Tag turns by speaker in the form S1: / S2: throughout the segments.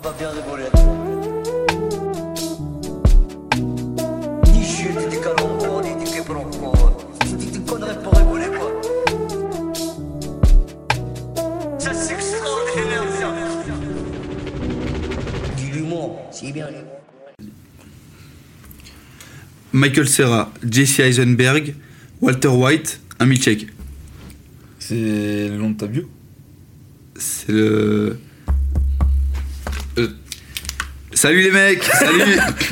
S1: On va bien rigoler. Ni chute, ni calembour, ni ni quiproquo. C'est des- des conneries pour rigoler, quoi. Ça, c'est extraordinaire, ça. Du l'humour, c'est bien l'humour.
S2: Michael Serra, Jesse Eisenberg, Walter White, un milkshake.
S3: C'est le nom de ta bio
S2: C'est le. Euh. Salut les mecs Salut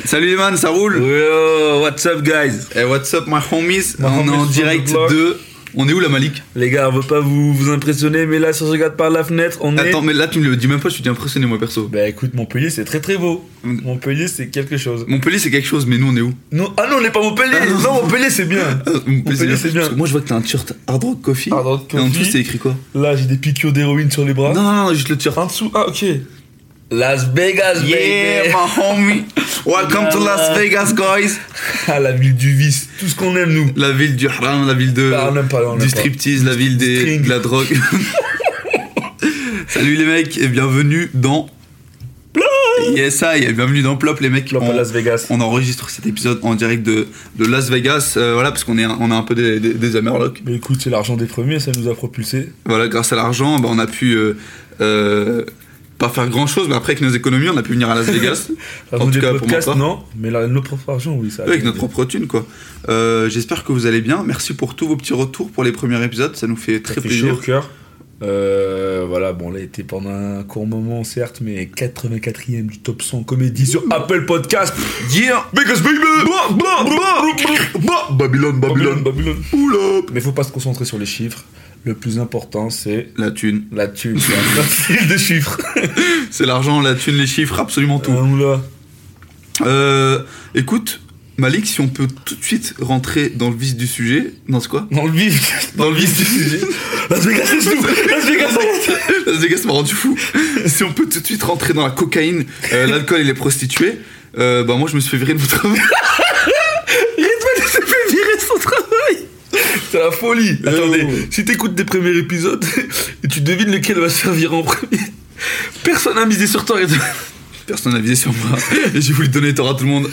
S2: Salut les man, ça roule
S3: Yo, what's up guys
S2: Hey, what's up, my homies On
S3: My
S2: est
S3: homies
S2: en
S3: from the
S2: direct
S3: block.
S2: de. On est où la Malik
S3: Les gars, on veut pas vous, vous impressionner, mais là, si on regarde par la fenêtre, on
S2: Attends,
S3: est...
S2: mais là tu me le dis même pas, je suis impressionné moi perso.
S3: Bah écoute, Montpellier, c'est très très beau.
S2: Mm.
S3: Montpellier, c'est quelque chose.
S2: Montpellier c'est quelque chose, mais nous on est où
S3: Non, ah non, on n'est pas Montpellier
S2: Ah non.
S3: Non, Montpellier, c'est bien
S2: Ah,
S3: Montpellier, c'est bien.
S2: Parce que moi je vois que t'as un t-shirt Hard Rock Coffee.
S3: Hard Rock
S2: Et en dessous
S3: Coffee. Hein?
S2: c'est écrit quoi
S3: Là, j'ai des piqûres d'héroïne sur les bras.
S2: non, non, non, juste le t-shirt.
S3: En dessous, ah ok. Las Vegas,
S2: Yeah,
S3: baby
S2: my homie Welcome to Las Vegas, guys
S3: Ah, la ville du vice, tout ce qu'on aime, nous.
S2: La ville du haram, la ville de.
S3: Ah, on aime pas, on aime
S2: du
S3: pas.
S2: striptease, la ville des,
S3: String.
S2: de la drogue. Salut les mecs et bienvenue dans. Yes, I, et bienvenue dans Plop les mecs.
S3: Plop à
S2: On-
S3: Las Vegas.
S2: On enregistre cet épisode en direct de, de Las Vegas, euh, voilà, parce qu'on est, un- on a un peu des, des, des Amerlocs.
S3: Mais écoute, c'est l'argent des premiers, ça nous a propulsés.
S2: Voilà, grâce à l'argent, bah, on a pu euh, euh, pas faire grand chose, mais après avec nos économies, on a pu venir à Las Vegas.
S3: L'argent
S2: tout
S3: des
S2: cas, pour
S3: podcasts,
S2: ma part.
S3: non, mais là, notre propre argent, oui, ça. a
S2: Ouais, Avec
S3: été-
S2: notre propre thune, quoi. Euh, J'espère que vous allez bien. Merci pour tous vos petits retours pour les premiers épisodes. Ça nous fait
S3: Ça
S2: très
S3: fait chaud
S2: plaisir.
S3: au cœur. Euh, voilà, bon, là, était pendant un court moment, certes, mais 84ème du top 100 comédie sur Apple Podcast.
S2: Yeah!
S3: Vegas, baby
S2: Bah, bah, bah, bah, Babylone,
S3: Babylone,
S2: Babylone,
S3: Babylone.
S2: oula!
S3: Mais faut pas se concentrer sur les chiffres. Le plus important, c'est
S2: La thune.
S3: la thune. C'est un facile de chiffres.
S2: C'est l'argent, la thune, les chiffres, absolument tout.
S3: Ah, oula.
S2: Euh, écoute, Malik, si on peut tout de suite rentrer dans le vif du sujet, dans ce quoi?
S3: Dans le vif.
S2: Dans le vif du sujet.
S3: Las Vegas, c'est tout. Las Vegas, c'est tout.
S2: Las Vegas m'a rendu fou. Si on peut tout de suite rentrer dans la cocaïne, euh, l'alcool et les prostituées, euh, bah moi je me suis fait virer de mon travail.
S3: Ridwan, il s'est fait virer son travail. C'est la folie.
S2: Oh.
S3: Attendez, si t'écoutes des premiers épisodes et tu devines lequel va se faire virer en premier, personne n'a misé sur toi. Ridwan.
S2: Personne n'a visé sur moi. Et j'ai voulu donner tort à tout le monde.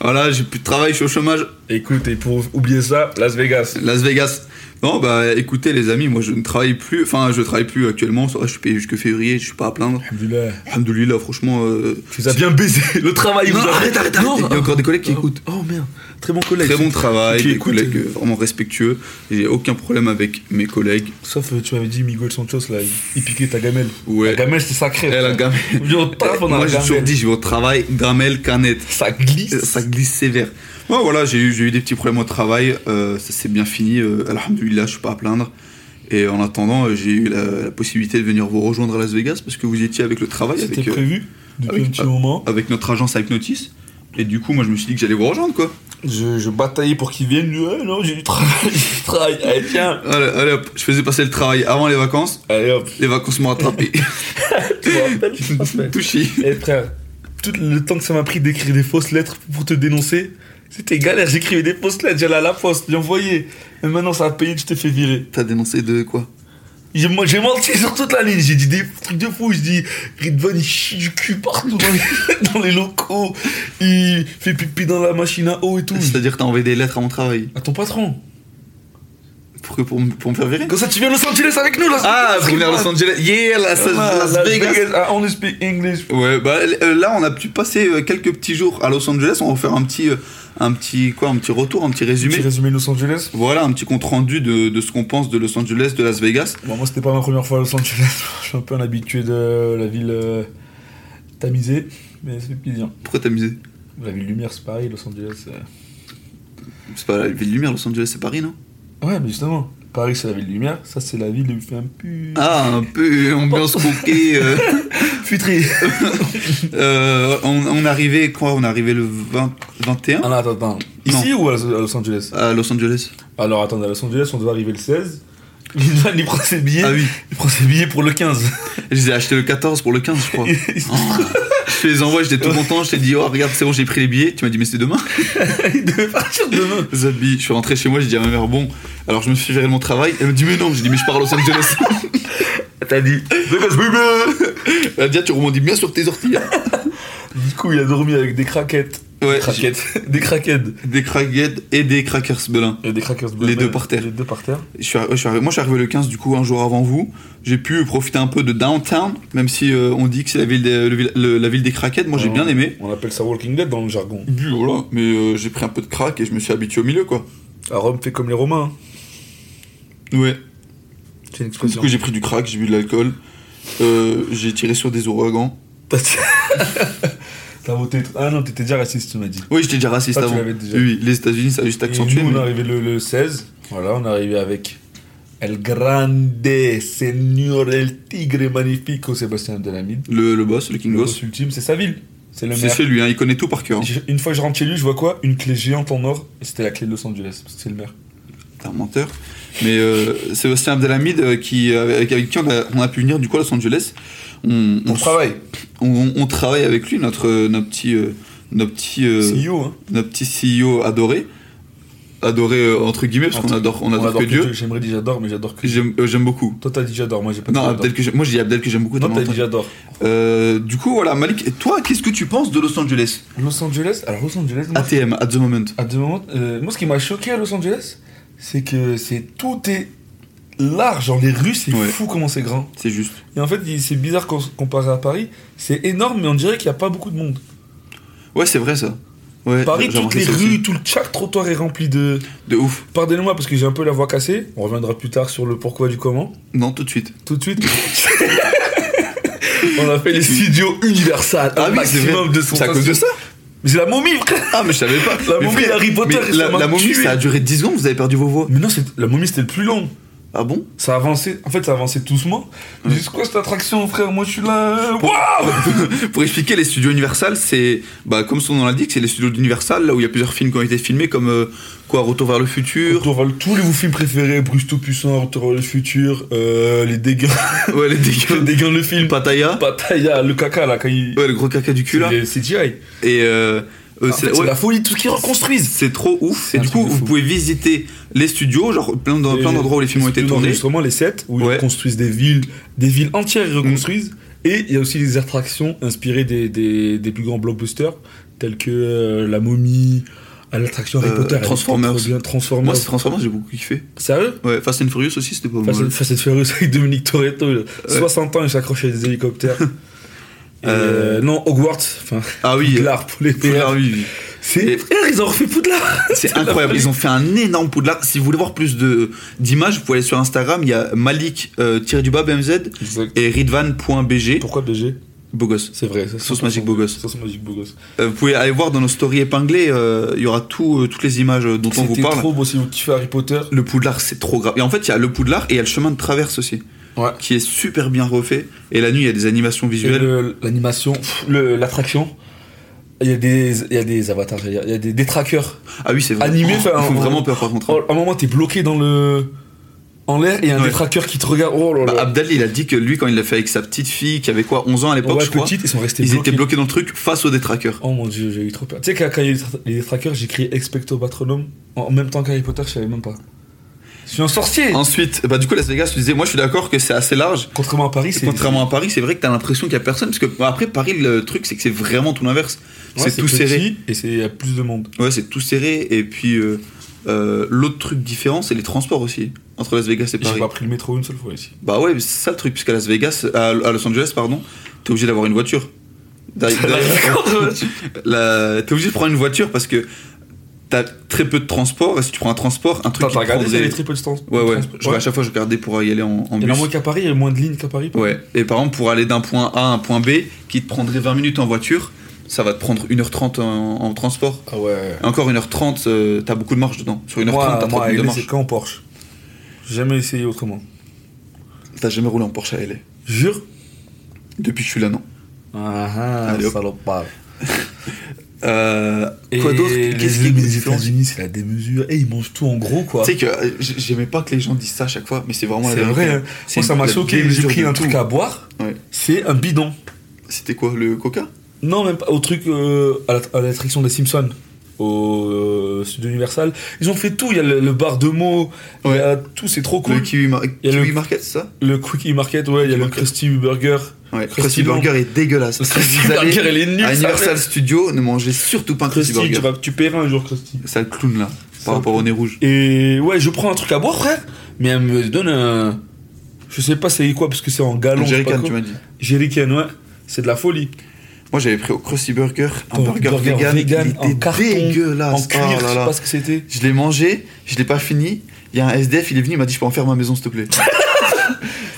S2: Voilà, j'ai plus de travail, je suis au chômage.
S3: Écoute, et pour oublier ça, Las Vegas.
S2: Las Vegas. Non, bah écoutez les amis, moi je ne travaille plus. Enfin, je travaille plus actuellement. Ça va, je suis payé jusque février, je suis pas à plaindre.
S3: Alhamdulillah.
S2: Alhamdoulilah, franchement. euh,
S3: Tu les as bien baisé. Le travail.
S2: Non,
S3: Ah, vous a-
S2: arrête, arrête, arrête.
S3: Non,
S2: Il y a encore des collègues qui
S3: ah,
S2: écoutent.
S3: Oh merde. Très bon collègue.
S2: Très bon travail,
S3: qui
S2: des
S3: écoute,
S2: collègues
S3: euh,
S2: euh, vraiment respectueux. J'ai aucun problème avec mes collègues.
S3: Sauf, euh, tu m'avais dit Miguel Santos, là, il- il piquait ta gamelle.
S2: Ouais.
S3: La gamelle, c'est sacré.
S2: Eh, la gamme.
S3: Viens, on tape, on a
S2: Moi
S3: la
S2: j'ai toujours
S3: gamelle.
S2: dit, je vais au travail, gamelle, canette.
S3: Euh, Ça glisse.
S2: Ça glisse sévère. Ouais, voilà, j'ai eu, j'ai eu des petits problèmes au travail. euh, ça s'est bien fini. Euh, Alhamdulillah, je suis pas à plaindre. Et en attendant, euh, j'ai eu la, la possibilité de venir vous rejoindre à Las Vegas parce que vous étiez avec le travail,
S3: C'était
S2: avec, euh,
S3: prévu depuis
S2: avec-
S3: un petit
S2: ah.
S3: moment.
S2: avec notre agence Hypnotis. Et du coup, moi, je me suis dit que j'allais vous rejoindre, quoi.
S3: Je, je bataillais pour qu'il vienne. Ouais, non, j'ai du travail. J'ai du travail. Allez, tiens.
S2: Allez, allez, hop, je faisais passer le travail avant les vacances.
S3: Allez, hop.
S2: Les vacances m'ont attrapé.
S3: Tu me rappelles, je te rappelle.
S2: Touchy.
S3: Eh frère, tout le temps que ça m'a pris d'écrire des fausses lettres pour te dénoncer, c'était galère. J'écrivais des fausses lettres, j'allais à la poste, j'envoyais. Et maintenant ça a payé, tu t'es fait virer.
S2: T'as dénoncé de quoi
S3: J'ai moi, j'ai menti sur toute la ligne, j'ai dit des trucs de fou. Je dis, Ridvan il chie du cul partout dans les, dans les locaux, il fait pipi dans la machine à eau et tout.
S2: C'est-à-dire que t'as envoyé des lettres à mon travail.
S3: À ton patron.
S2: Pour, que- pour, me- pour me faire virer
S3: Comme ça, tu viens à Los Angeles avec nous, Los
S2: Ah,
S3: Angeles.
S2: pour venir à Los Angeles. Yeah, Las,
S3: Ah,
S2: Las Vegas.
S3: Ah, on speak English.
S2: Ouais, bah euh, là on a pu passer euh, quelques petits jours à Los Angeles. On va faire un petit, euh, un petit quoi, un petit retour, un petit résumé.
S3: Petit résumé de Los Angeles.
S2: Voilà, un petit compte rendu de, de ce qu'on pense de Los Angeles, de Las Vegas.
S3: Bon, moi, c'était pas ma première fois à Los Angeles. Je suis un peu un habitué de la ville euh, tamisée, mais ça fait plaisir.
S2: Pourquoi t'amuser
S3: La ville lumière, c'est pareil, Los Angeles. euh.
S2: C'est pas la ville lumière, Los Angeles, c'est Paris, non
S3: Ouais, mais justement, Paris, c'est la ville lumière. Ça, c'est la ville où il fait un pu.
S2: Ah, un peu ambiance coquée. euh,
S3: Futerie
S2: euh, on, on arrivait quoi On arrivait le 20, 21
S3: Ah non, attends, attends. Ici ou à Los à Los Angeles
S2: à Los Angeles.
S3: Alors, attends, à Los Angeles, on devait arriver le 16. Lidvan, il prend ses billets.
S2: Ah oui,
S3: Il prend ses billets pour le 15.
S2: je les ai achetés le 14 pour le 15, je crois.
S3: Il se-
S2: Oh, je te les envoie, j'étais tout content, je t'ai dit, oh regarde, c'est bon, j'ai pris les billets. Tu m'as dit, mais c'est demain
S3: il devait partir demain.
S2: Zabi, je suis rentré chez moi, j'ai dit à ma mère bon, alors je me suis viré de mon travail. Elle me dit mais non, j'ai dit mais je pars à Los Angeles.
S3: T'as dit.
S2: Vegas, oui, mais- Là, déjà, ah, tu rebondis bien sur tes orties. hein.
S3: Du coup, il a dormi avec des craquettes.
S2: Ouais,
S3: Des craquettes. Des craquettes.
S2: Des craquettes et des crackers belin.
S3: Et des craquettes.
S2: Les deux par terre.
S3: Les deux par terre.
S2: Je suis arri- ouais, je suis arri- moi, je suis arrivé le 15, du coup, un jour avant vous. J'ai pu profiter un peu de downtown, même si euh, on dit que c'est la ville, des, le vil- le- la ville des craquettes. Moi, j'ai
S3: Ah.
S2: bien aimé.
S3: On appelle ça Walking Dead dans le jargon.
S2: Puis, Voilà, mais euh, j'ai pris un peu de crack et je me suis habitué au milieu, quoi.
S3: À Rome, fait comme les Romains.
S2: Ouais.
S3: hein. C'est une
S2: Du
S3: expression.
S2: coup, j'ai pris du crack, j'ai bu de l'alcool, euh, j'ai tiré sur des ouragans.
S3: T'as t'as voté. Ah non, t'étais déjà raciste, tu m'as dit.
S2: Oui, j'étais déjà raciste
S3: Ah, tu
S2: avant.
S3: l'avais déjà.
S2: Oui, les États-Unis, ça a juste
S3: Et nous,
S2: accentué.
S3: on est
S2: mais-
S3: arrivé le, le 16. Voilà, on est arrivé avec El Grande Señor El Tigre Magnifico Sébastien Delamide.
S2: Le, le boss, le King
S3: Le
S2: Boss.
S3: boss ultime, c'est sa ville. C'est le
S2: C'est
S3: maire.
S2: celui, hein, il connaît tout par cœur.
S3: Je- Une fois je rentre chez lui, je vois quoi Une clé géante en or. Et c'était la clé de Los Angeles, parce que c'est le maire.
S2: T'es un menteur. Mais euh, Sébastien Abdelhamid, euh, qui, euh, avec, avec qui on a, on a pu venir du coup à Los Angeles, on, on,
S3: On travaille.
S2: on- on travaille avec lui, notre, euh, notre petit, euh, notre, petit, euh,
S3: CEO, hein.
S2: notre petit CEO adoré. Adoré euh, entre guillemets, parce qu'on
S3: Entre-
S2: adore, on adore, que
S3: que
S2: Dieu.
S3: J'aimerais dire j'adore, mais j'adore que
S2: J'aime euh, j'aime beaucoup.
S3: Toi t'as dit j'adore, moi j'ai pas dit
S2: Non,
S3: j'adore.
S2: Abdel que j'aime- moi j'ai dit Abdel que j'aime beaucoup. t'as
S3: Non,
S2: pas
S3: t'as dit
S2: entendu.
S3: j'adore.
S2: Euh, du coup, voilà, Malik, et toi, qu'est-ce que tu penses de Los Angeles
S3: Los Angeles, alors Los Angeles, moi,
S2: ATM, at the moment.
S3: à deux moments, euh, moi ce qui m'a choqué à Los Angeles, c'est que c'est tout est large. Genre les rues, c'est
S2: Ouais.
S3: fou comment c'est grand.
S2: C'est juste.
S3: Et en fait, il- c'est bizarre com- comparé à Paris. C'est énorme, mais on dirait qu'il n'y a pas beaucoup de monde.
S2: Ouais, c'est vrai ça. Ouais,
S3: Paris,
S2: j'ai
S3: toutes
S2: remarqué
S3: les
S2: ça aussi.
S3: rues, tout le, chaque trottoir est rempli de.
S2: De ouf.
S3: Pardonnez-moi parce que j'ai un peu la voix cassée. On reviendra plus tard sur le pourquoi du comment.
S2: Non, tout de suite.
S3: Tout de suite. on a fait les studios Universal. un Ah, maximum de
S2: Ah C'est à cause de ça
S3: Mais c'est la momie, frère.
S2: Ah, mais je savais pas.
S3: La
S2: Mais
S3: momie
S2: frère,
S3: d'Harry Potter,
S2: mais
S3: ça
S2: la,
S3: m'a
S2: la momie,
S3: tué.
S2: ça a duré 10 secondes, vous avez perdu vos voix.
S3: Mais non, c'est- la momie c'était le plus long.
S2: Ah bon
S3: Ça avançait, en fait ça avançait doucement. Juste quoi cette attraction, frère Moi je suis là. euh, Waouh
S2: Pour expliquer, les studios Universal, c'est. Bah, comme son nom l'indique, c'est les studios d'Universal, là où il y a plusieurs films qui ont été filmés, comme. euh, quoi, Retour vers le futur.
S3: Retour vers le- tous les vos films préférés Bruce Tout-Puissant, Retour vers le futur, euh, les dégâts,
S2: ouais, les
S3: les
S2: dégâts.
S3: dégâts le film.
S2: Pataya.
S3: Pataya, le caca là, quand il.
S2: Ouais, le gros caca du cul, là.
S3: C'est CGI.
S2: Et. euh, euh,
S3: En fait,
S2: c'est
S3: c'est
S2: ouais,
S3: la folie, tout ce qu'ils reconstruisent.
S2: c'est trop ouf.
S3: C'est
S2: Et
S3: un
S2: du
S3: truc
S2: coup,
S3: de
S2: vous
S3: fou.
S2: pouvez visiter les studios, genre plein d'en- plein d'endroits où les films ont été tournés.
S3: Justement, les sets où
S2: Ouais.
S3: ils reconstruisent des villes, des villes entières, ils reconstruisent. Et il y a aussi des attractions inspirées des, des, des plus grands blockbusters, tels que euh, La Momie, à l'attraction Harry
S2: Euh,
S3: Potter, elle est
S2: Transformers.
S3: trop bien, Transformers.
S2: Moi, c'est Transformers, j'ai beaucoup kiffé.
S3: Sérieux
S2: Ouais, Fast and Furious aussi, c'était pas mal.
S3: Face à Fast and Furious avec Dominique Toretto, là. 60 ans, il s'accroche à des hélicoptères. Et,
S2: Euh,
S3: euh, non, Hogwarts, enfin,
S2: Ah oui,
S3: Poudlard pour les
S2: Poudlard,
S3: PR.
S2: oui, oui.
S3: C'est
S2: Et-
S3: frère, ils ont refait Poudlard
S2: C'est incroyable. Ils ont fait un énorme poudlard. Si vous voulez voir plus de d'images, vous pouvez aller sur Instagram. Il y a Malik euh, tiré du bas BMZ et Ridvan.bg.
S3: Pourquoi BG
S2: Beau gosse.
S3: C'est vrai, ça,
S2: Sauce magique beau gosse.
S3: Sauce magique beau gosse.
S2: Euh, vous pouvez aller voir dans nos stories épinglées. euh, Il y aura tout, euh, toutes les images euh, dont on vous
S3: C'était
S2: parle.
S3: trop beau si vous kiffez Harry Potter.
S2: Le poudlard, c'est trop grave. Et en fait, il y a le poudlard et il y a le chemin de traverse aussi,
S3: Ouais.
S2: qui est super bien refait. Et la nuit, il y a des animations
S3: Et
S2: visuelles.
S3: le- l'animation, pff, le- l'attraction. Il y a des, il y a des avatars, j'allais dire. il y a des, des trackers.
S2: Ah oui, c'est vrai.
S3: Animé,
S2: Oh,
S3: enfin,
S2: ils font
S3: on-
S2: vraiment peur par contre. hein.
S3: Oh, à un moment, t'es bloqué dans le. En l'air, et il y a un
S2: Ouais.
S3: détraqueur qui te regarde. Oh là
S2: Bah,
S3: là.
S2: Abdel, il a dit que lui, quand il l'a fait avec sa petite fille, qui avait quoi, 11 ans à l'époque,
S3: Ouais,
S2: je crois,
S3: petite, ils sont restés
S2: ils
S3: bloqués.
S2: étaient bloqués dans le truc face aux détraqueurs.
S3: Oh mon dieu, j'ai eu trop peur. Tu sais, quand, quand il y a eu les tra- les détraqueurs, j'ai crié Expecto Patronum en même temps qu'Harry Potter, je savais même pas. Je suis un sorcier
S2: Ensuite, bah du coup Las Vegas, tu disais, moi je suis d'accord que c'est assez large.
S3: Contrairement à Paris, c'est.
S2: Contrairement à Paris, c'est vrai que t'as l'impression qu'il y a personne, parce que bah, après Paris, le truc c'est que c'est vraiment tout l'inverse.
S3: Ouais,
S2: c'est tout
S3: petit
S2: serré.
S3: Et c'est- il y a plus de monde.
S2: Ouais, c'est tout serré. Et puis euh, euh, l'autre truc différent, c'est les transports aussi entre Las Vegas et
S3: J'ai
S2: Paris.
S3: pas pris le métro une seule fois ici.
S2: Bah ouais, mais c'est ça le truc, puisqu'à Las Vegas, à, à Los Angeles, pardon, t'es obligé d'avoir une voiture. D'ailleurs- la- T'es obligé de prendre une voiture parce que t'as très peu de transport. Et si tu prends un transport, un truc
S3: T'as
S2: qui te
S3: regardé,
S2: prendrait-
S3: c'est les triples distances.
S2: Ouais, ouais. Je- À chaque fois, je regardais pour y aller en, en
S3: Il y en a
S2: bus.
S3: moins qu'à Paris, il y a moins de lignes qu'à Paris.
S2: Ouais. Et par exemple, pour aller d'un point A à un point B, qui te prendrait 20 minutes en voiture, ça va te prendre 1h30 en, en transport.
S3: Ah ouais.
S2: Et Encore 1h30, euh, t'as beaucoup de marche dedans. Sur 1h30,
S3: Moi,
S2: t'as 30
S3: moi à
S2: minutes de
S3: LA,
S2: marche.
S3: c'est qu'en Porsche. J'ai jamais essayé autrement.
S2: T'as jamais roulé en Porsche à LA.
S3: Jure
S2: Depuis que je suis là, non.
S3: Ah
S2: Allez, hop.
S3: salopard.
S2: Euh,
S3: Et
S2: quoi d'autre
S3: les,
S2: Qu'est-ce qui est
S3: les
S2: différent Tu
S3: États-Unis, c'est la démesure. Et ils mangent tout en gros, quoi.
S2: sais que euh, j- j'aimais pas que les gens disent ça à chaque fois, mais c'est vraiment la
S3: C'est
S2: vérité.
S3: vrai. hein.
S2: C'est
S3: Moi, ça m'a
S2: la
S3: choqué. J'ai
S2: démesure
S3: pris
S2: de
S3: un
S2: tout.
S3: truc à boire.
S2: Ouais.
S3: C'est un bidon.
S2: C'était quoi, le coca
S3: Non, même pas. Au truc. euh, à la- à l'attraction des Simpsons. au euh, Studio Universal. Ils ont fait tout. Il y a le, le bar de mots, il y a tout, c'est trop
S2: Le
S3: cool.
S2: Kiwi, Mar-
S3: y a le-
S2: Kiwi Market, c'est ça
S3: Le, Quickie Market, ouais, il y a le
S2: Market.
S3: Krusty Burger.
S2: Ouais,
S3: Krusty
S2: Krusty
S3: Long.
S2: Burger est dégueulasse.
S3: Le
S2: Si
S3: Krusty
S2: vous allez
S3: Burger, elle est nulle.
S2: à
S3: ça,
S2: Universal
S3: mec.
S2: Studio, ne mangez surtout pas un Krusty
S3: Krusty, tu,
S2: Burger.
S3: vas, tu paieras un jour, Krusty.
S2: C'est le clown là,
S3: C'est
S2: par rapport au nez rouge.
S3: Et ouais, je prends un truc à boire, frère, mais elle me donne un. Je sais pas c'est quoi, parce que c'est en galon.
S2: Le
S3: je sais pas
S2: jerrycan,
S3: quoi.
S2: tu m'as dit.
S3: Jerrycan, ouais. C'est de la folie.
S2: Moi j'avais pris au Krusty Burger un
S3: Ton
S2: burger, vegan, il était
S3: en carton,
S2: dégueulasse.
S3: en cuir,
S2: Oh là
S3: je sais
S2: là.
S3: pas ce que c'était.
S2: Je l'ai mangé, je l'ai pas fini. Il y a un SDF, il est venu, il m'a dit je peux en faire ma maison s'il te plaît.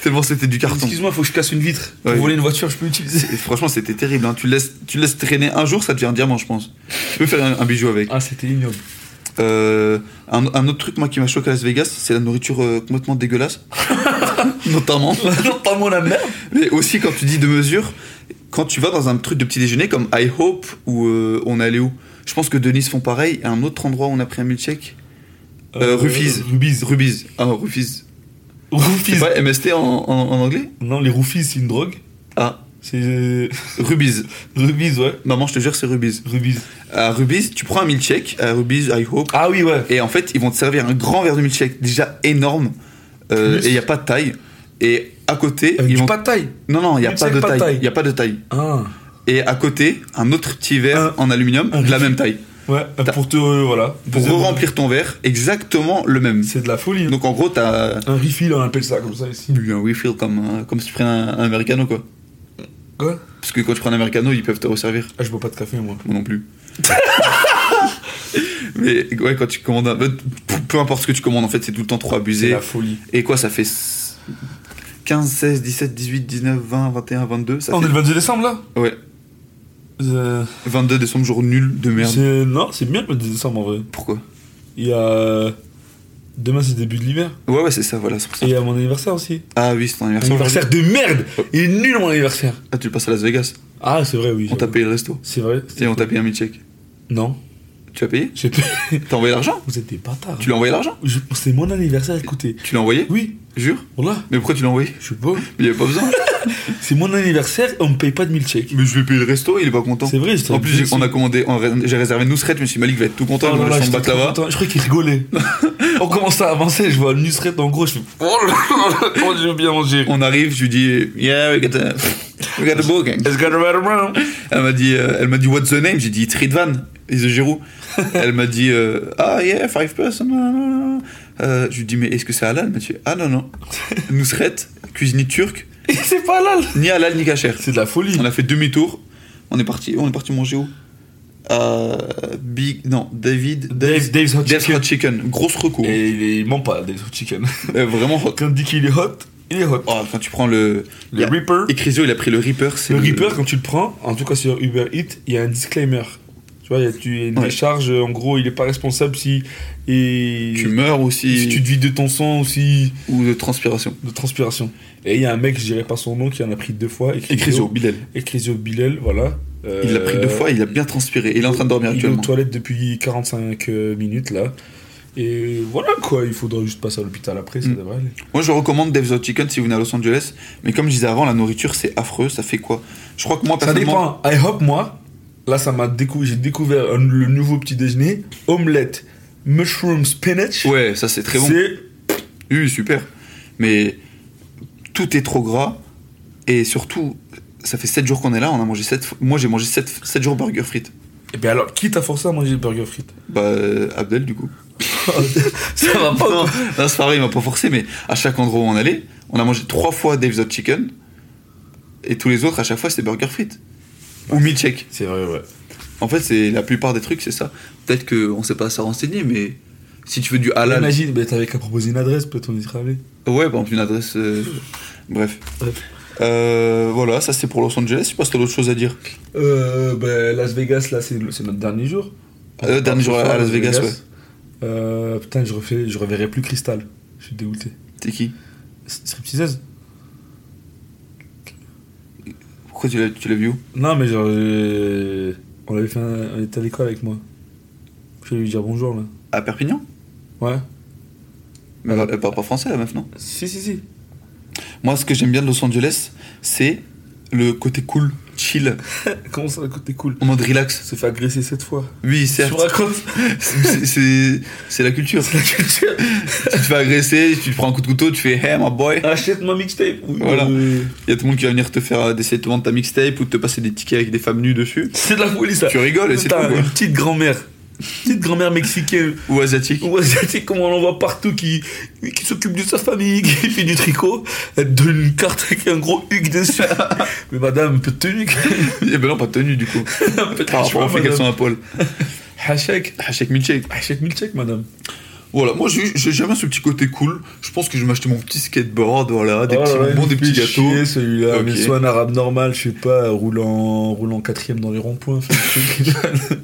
S2: Tellement c'était du carton.
S3: Excuse-moi, faut que je casse une vitre.
S2: Ouais.
S3: Pour voler une voiture, je peux l'utiliser.
S2: Et franchement c'était terrible. hein. Tu, le laisses, tu le laisses traîner un jour, ça devient un diamant je pense. Tu peux faire un, un bijou avec.
S3: Ah, c'était ignoble.
S2: Euh, un, un autre truc moi qui m'a choqué à Las Vegas, c'est la nourriture euh, complètement dégueulasse. Notamment.
S3: pas moi la merde.
S2: Mais aussi quand tu dis de mesure, quand tu vas dans un truc de petit déjeuner comme I Hope ou euh, on est allé où Je pense que Denise font pareil. À un autre endroit où on a pris un milkshake. Euh, Ruffies.
S3: Ruffies.
S2: Rubies. Ah Ruffies.
S3: Ruffies.
S2: C'est pas MST en, en- en anglais
S3: Non, les Ruffies, c'est une drogue.
S2: Ah,
S3: C'est. euh,
S2: Rubies.
S3: Ruffies, ouais.
S2: Maman, je te jure, c'est Rubies.
S3: Ruffies.
S2: À Rubies, tu prends un milkshake, à Rubies, I hope.
S3: Ah oui, ouais.
S2: Et en fait, ils vont te servir un grand verre de milkshake déjà énorme. euh,
S3: Plus.
S2: et il n'y a pas de taille. Et à côté,
S3: Avec
S2: ils
S3: du
S2: vont.
S3: pas de taille.
S2: Non, non, il n'y a pas
S3: Milkshake,
S2: de
S3: pas de
S2: taille.
S3: taille.
S2: Il n'y a pas de taille.
S3: Ah.
S2: Et à côté, un autre petit verre
S3: Un-
S2: en aluminium
S3: un
S2: de la
S3: rifi-
S2: même taille.
S3: Ouais, euh, pour te. euh, voilà.
S2: Pour
S3: Deuxième-
S2: remplir ton verre, exactement le même.
S3: C'est de la folie. hein.
S2: Donc en gros, t'as
S3: Un refill, on appelle ça comme ça ici.
S2: eu un refill comme, un- comme si tu prenais un, un americano quoi.
S3: Quoi
S2: Parce que quand tu prends un americano, ils peuvent te resservir.
S3: Ah, je bois pas de café, moi.
S2: Moi non plus. Mais ouais, quand tu commandes un... peu- Peu importe ce que tu commandes, en fait, c'est tout le temps trop
S3: C'est
S2: abusé.
S3: la folie.
S2: Et quoi, ça fait s- 15, 16, 17, 18, 19, 20, 21, 22 ça
S3: Ah, on est
S2: fait...
S3: le 22 décembre, là
S2: Ouais,
S3: Euh,
S2: 22 décembre, jour nul de merde.
S3: c'est- Non, c'est bien le 22 décembre, en vrai.
S2: Pourquoi
S3: Il y a. euh, Demain, c'est le début de l'hiver.
S2: Ouais, ouais, c'est ça, voilà, c'est pour ça.
S3: Et il y a mon anniversaire aussi.
S2: Ah oui, c'est ton anniversaire.
S3: Anniversaire de merde Il est nul, mon anniversaire.
S2: Ah, tu le passes à Las Vegas.
S3: Ah, c'est vrai, oui.
S2: On t'a payé le resto.
S3: C'est vrai
S2: Et on t'a payé un milkshake.
S3: Non.
S2: Tu as payé
S3: J'ai payé.
S2: T'as envoyé l'argent
S3: Vous êtes des bâtards. hein.
S2: Tu l'as envoyé l'argent
S3: Je- C'est mon anniversaire, écoutez.
S2: Tu l'as envoyé
S3: Oui,
S2: Jure
S3: voilà.
S2: Mais pourquoi tu l'as envoyé
S3: Je suis beau.
S2: Il n'y avait pas besoin.
S3: C'est mon anniversaire, on me paye pas de milkshake.
S2: Mais je vais payer le resto, il est pas content.
S3: C'est vrai, j'étais
S2: En plus, j'ai-
S3: blessé.
S2: on a commandé, on ré- j'ai réservé une rêtes, je me suis dit, Malik va être tout content,
S3: Oh
S2: il
S3: là
S2: va
S3: là,
S2: aller
S3: j'étais
S2: son
S3: trop
S2: baklava.
S3: content. Je crois qu'il rigolait. on commence à avancer, je vois Nusret en gros, je fais Oh là là, oh, je veux bien manger.
S2: On arrive, je lui dis, yeah, we got a, we got a booking.
S3: Est-ce que je vais aller manger
S2: Elle m'a dit, euh, elle m'a dit, what's the name J'ai dit, it's Ridvan, is a Giroud. elle m'a dit, euh, ah yeah, five person. non, non, non, non. Euh, je lui dis, mais est-ce que c'est halal Elle m'a dit, ah non, non. Nusret, cuisinier turc,
S3: C'est pas là. là.
S2: ni halal, ni cachère.
S3: C'est de la folie.
S2: On a fait demi-tour. On est parti, on est parti manger où Euh, Big, non, David,
S3: Dave, Dave's hot
S2: Dave's
S3: chicken.
S2: Hot Chicken. Grosse recours.
S3: Et il, est- il ment pas, Dave's hot chicken.
S2: vraiment hot.
S3: Quand il dit qu'il est hot, il est hot.
S2: Oh, quand tu prends le.
S3: Le
S2: y a-
S3: Reaper.
S2: Ecrisio, il a pris le Reaper. c'est
S3: Le Reaper, quand tu le prends, en tout cas sur Uber Eats, il y a un disclaimer. Tu vois, il y a tu- il y a une
S2: Ouais.
S3: décharge, en gros, il est pas responsable si. Et...
S2: Tu meurs aussi.
S3: si tu te vides de ton sang ou si.
S2: Ou de transpiration.
S3: de transpiration. Et il y a un mec, je dirais pas son nom, qui en a pris deux fois.
S2: Ecrisio, Bilal.
S3: Ecrisio Bilel, voilà. Euh,
S2: Il l'a pris deux fois, il a bien transpiré. Il est en train de dormir
S3: Il est aux
S2: actuellement.
S3: toilettes depuis 45 minutes, là. Et voilà quoi, il faudra juste passer à l'hôpital après, ça
S2: Mm.
S3: devrait aller.
S2: Moi, je recommande Dave's Hot Chicken si vous venez à Los Angeles. Mais comme je disais avant, la nourriture, c'est affreux. Ça fait quoi Je crois que moi,
S3: Ça
S2: personnellement.
S3: dépend. I hope, moi, là, ça m'a découvert, j'ai découvert un- le nouveau petit déjeuner omelette, mushroom spinach.
S2: Ouais, ça, c'est très bon.
S3: C'est
S2: Oui, super. Mais tout est trop gras. Et surtout, ça fait 7 jours qu'on est là. On a mangé 7 Moi, j'ai mangé 7, jours burger frites.
S3: Et bien alors, qui t'a forcé à manger des burgers frites
S2: Bah, euh, Abdel, du coup.
S3: Ça va pas
S2: non, non, c'est pas vrai, il m'a pas forcé, mais à chaque endroit où on allait, on a mangé 3 fois Dave's Hot Chicken. Et tous les autres, à chaque fois, c'était burger frites. Ou milkshake.
S3: C'est vrai, ouais.
S2: En fait, c'est la plupart des trucs, c'est ça. Peut-être qu'on sait pas ça renseigner, mais si tu veux du halal.
S3: Imagine, ben, t'avais qu'à proposer une adresse, peut-être on y serait allé.
S2: Ouais, par exemple, une adresse. euh, Bref.
S3: Bref.
S2: Euh, voilà, ça c'est pour Los Angeles. Je sais pas si t'as d'autres choses à dire.
S3: Euh, ben, Las Vegas, là, c'est c'est notre dernier jour.
S2: Euh, dernier jour à Las Vegas, ouais.
S3: Euh, putain, je, refais, je reverrai plus Crystal. Je suis dégoûté.
S2: T'es qui
S3: C'est- Stripteaseuse
S2: Pourquoi tu l'as, tu l'as vu où
S3: Non, mais genre, euh, on avait fait un- on était à l'école avec moi. Je vais lui dire bonjour, là.
S2: À Perpignan
S3: Ouais.
S2: Mais elle parle pas français la meuf, non
S3: Si, si, si.
S2: Moi, ce que j'aime bien de Los Angeles, c'est le côté cool, chill,
S3: Comment ça, le côté cool
S2: en mode relax.
S3: Il s'est fait agresser cette fois.
S2: Oui,
S3: Tu me
S2: certes,
S3: racontes
S2: c'est- c'est c'est la culture.
S3: la culture
S2: tu te fais agresser, tu te prends un coup de couteau, tu fais Hey, my boy.
S3: Achète ma mixtape. Oui,
S2: Voilà.
S3: euh,
S2: Il y a tout le monde qui va venir te faire euh, essayer de te vendre ta mixtape ou de te passer des tickets avec des femmes nues dessus.
S3: C'est de la folie, ça.
S2: Tu rigoles et c'est tout
S3: Putain,
S2: quoi.
S3: une petite grand-mère. Petite grand-mère mexicaine
S2: Ou asiatique.
S3: ou asiatique, comme on l'en voit partout, qui, qui s'occupe de sa famille, qui fait du tricot. Elle te donne une carte avec un gros huc dessus. Mais madame, un peu de tenue. quand même.
S2: Et ben non, pas de tenue du coup.
S3: Un peu de
S2: Par rapport aux filles qu'elles sont à poil. Ah,
S3: Hachek.
S2: Hachek milkshake.
S3: Hachek milkshake, madame.
S2: Voilà, moi j'ai- j'ai- j'aime bien ce petit côté cool. Je pense que je vais m'acheter mon petit skateboard, voilà, Ah, des
S3: Oh là
S2: petits
S3: là, il
S2: bonbons,
S3: me
S2: des
S3: fait
S2: petits gâteaux.
S3: chier, celui-là,
S2: Ok.
S3: mais soit un arabe normal, je sais pas, roulant, roulant quatrième dans les ronds-points. fais un truc.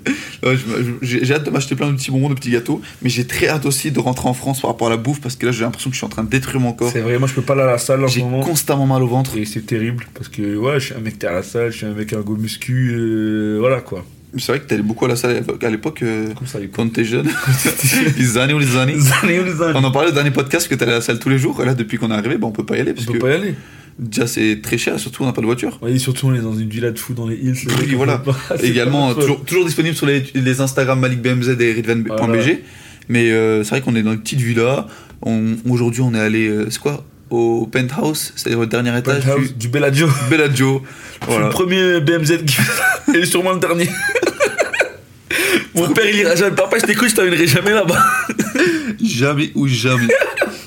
S2: Ouais, Euh, je- je- j'ai j'ai hâte de m'acheter plein de petits bonbons, de petits gâteaux. Mais j'ai très hâte aussi de rentrer en France par rapport à la bouffe parce que là j'ai l'impression que je suis en train de détruire mon corps.
S3: c'est vrai, moi je peux pas aller à la salle en ce
S2: J'ai
S3: moment.
S2: constamment mal au ventre.
S3: Et c'est terrible parce que ouais, je suis un mec qui est à la salle, je suis un mec un go muscu, euh, voilà quoi.
S2: C'est vrai que t'allais beaucoup à la salle à l'époque euh,
S3: Comme ça, les
S2: quand t'es jeune. les années ou les années.
S3: Les années ou les années.
S2: On en parlait au dernier podcast que t'allais à la salle tous les jours. Et là, depuis qu'on est arrivé, bah, on peut pas y aller
S3: On
S2: parce
S3: peut
S2: que
S3: pas y aller.
S2: déjà c'est très cher, surtout on n'a pas de voiture.
S3: Ouais, et surtout, on est dans une villa de fou dans les hills. les
S2: Oui,
S3: mecs, on
S2: voilà.
S3: peut pas- c'est
S2: Également,
S3: pas
S2: euh,
S3: notre
S2: toujours, toujours disponible sur les, les Instagram MalikBMZ et Ridvan.bg.
S3: Voilà.
S2: Mais euh, c'est vrai qu'on est dans une petite villa. On- Aujourd'hui, on est allé, euh, c'est quoi Au penthouse, c'est-à-dire au dernier étage
S3: faute. Penthouse,
S2: du
S3: du Bellagio.
S2: Bellagio.
S3: Je suis
S2: Voilà.
S3: le premier BMZ qui et sûrement le dernier. Mon père, il ira jamais. Papa, je t'ai cru, je t'emmènerai jamais là-bas.
S2: Jamais ou jamais.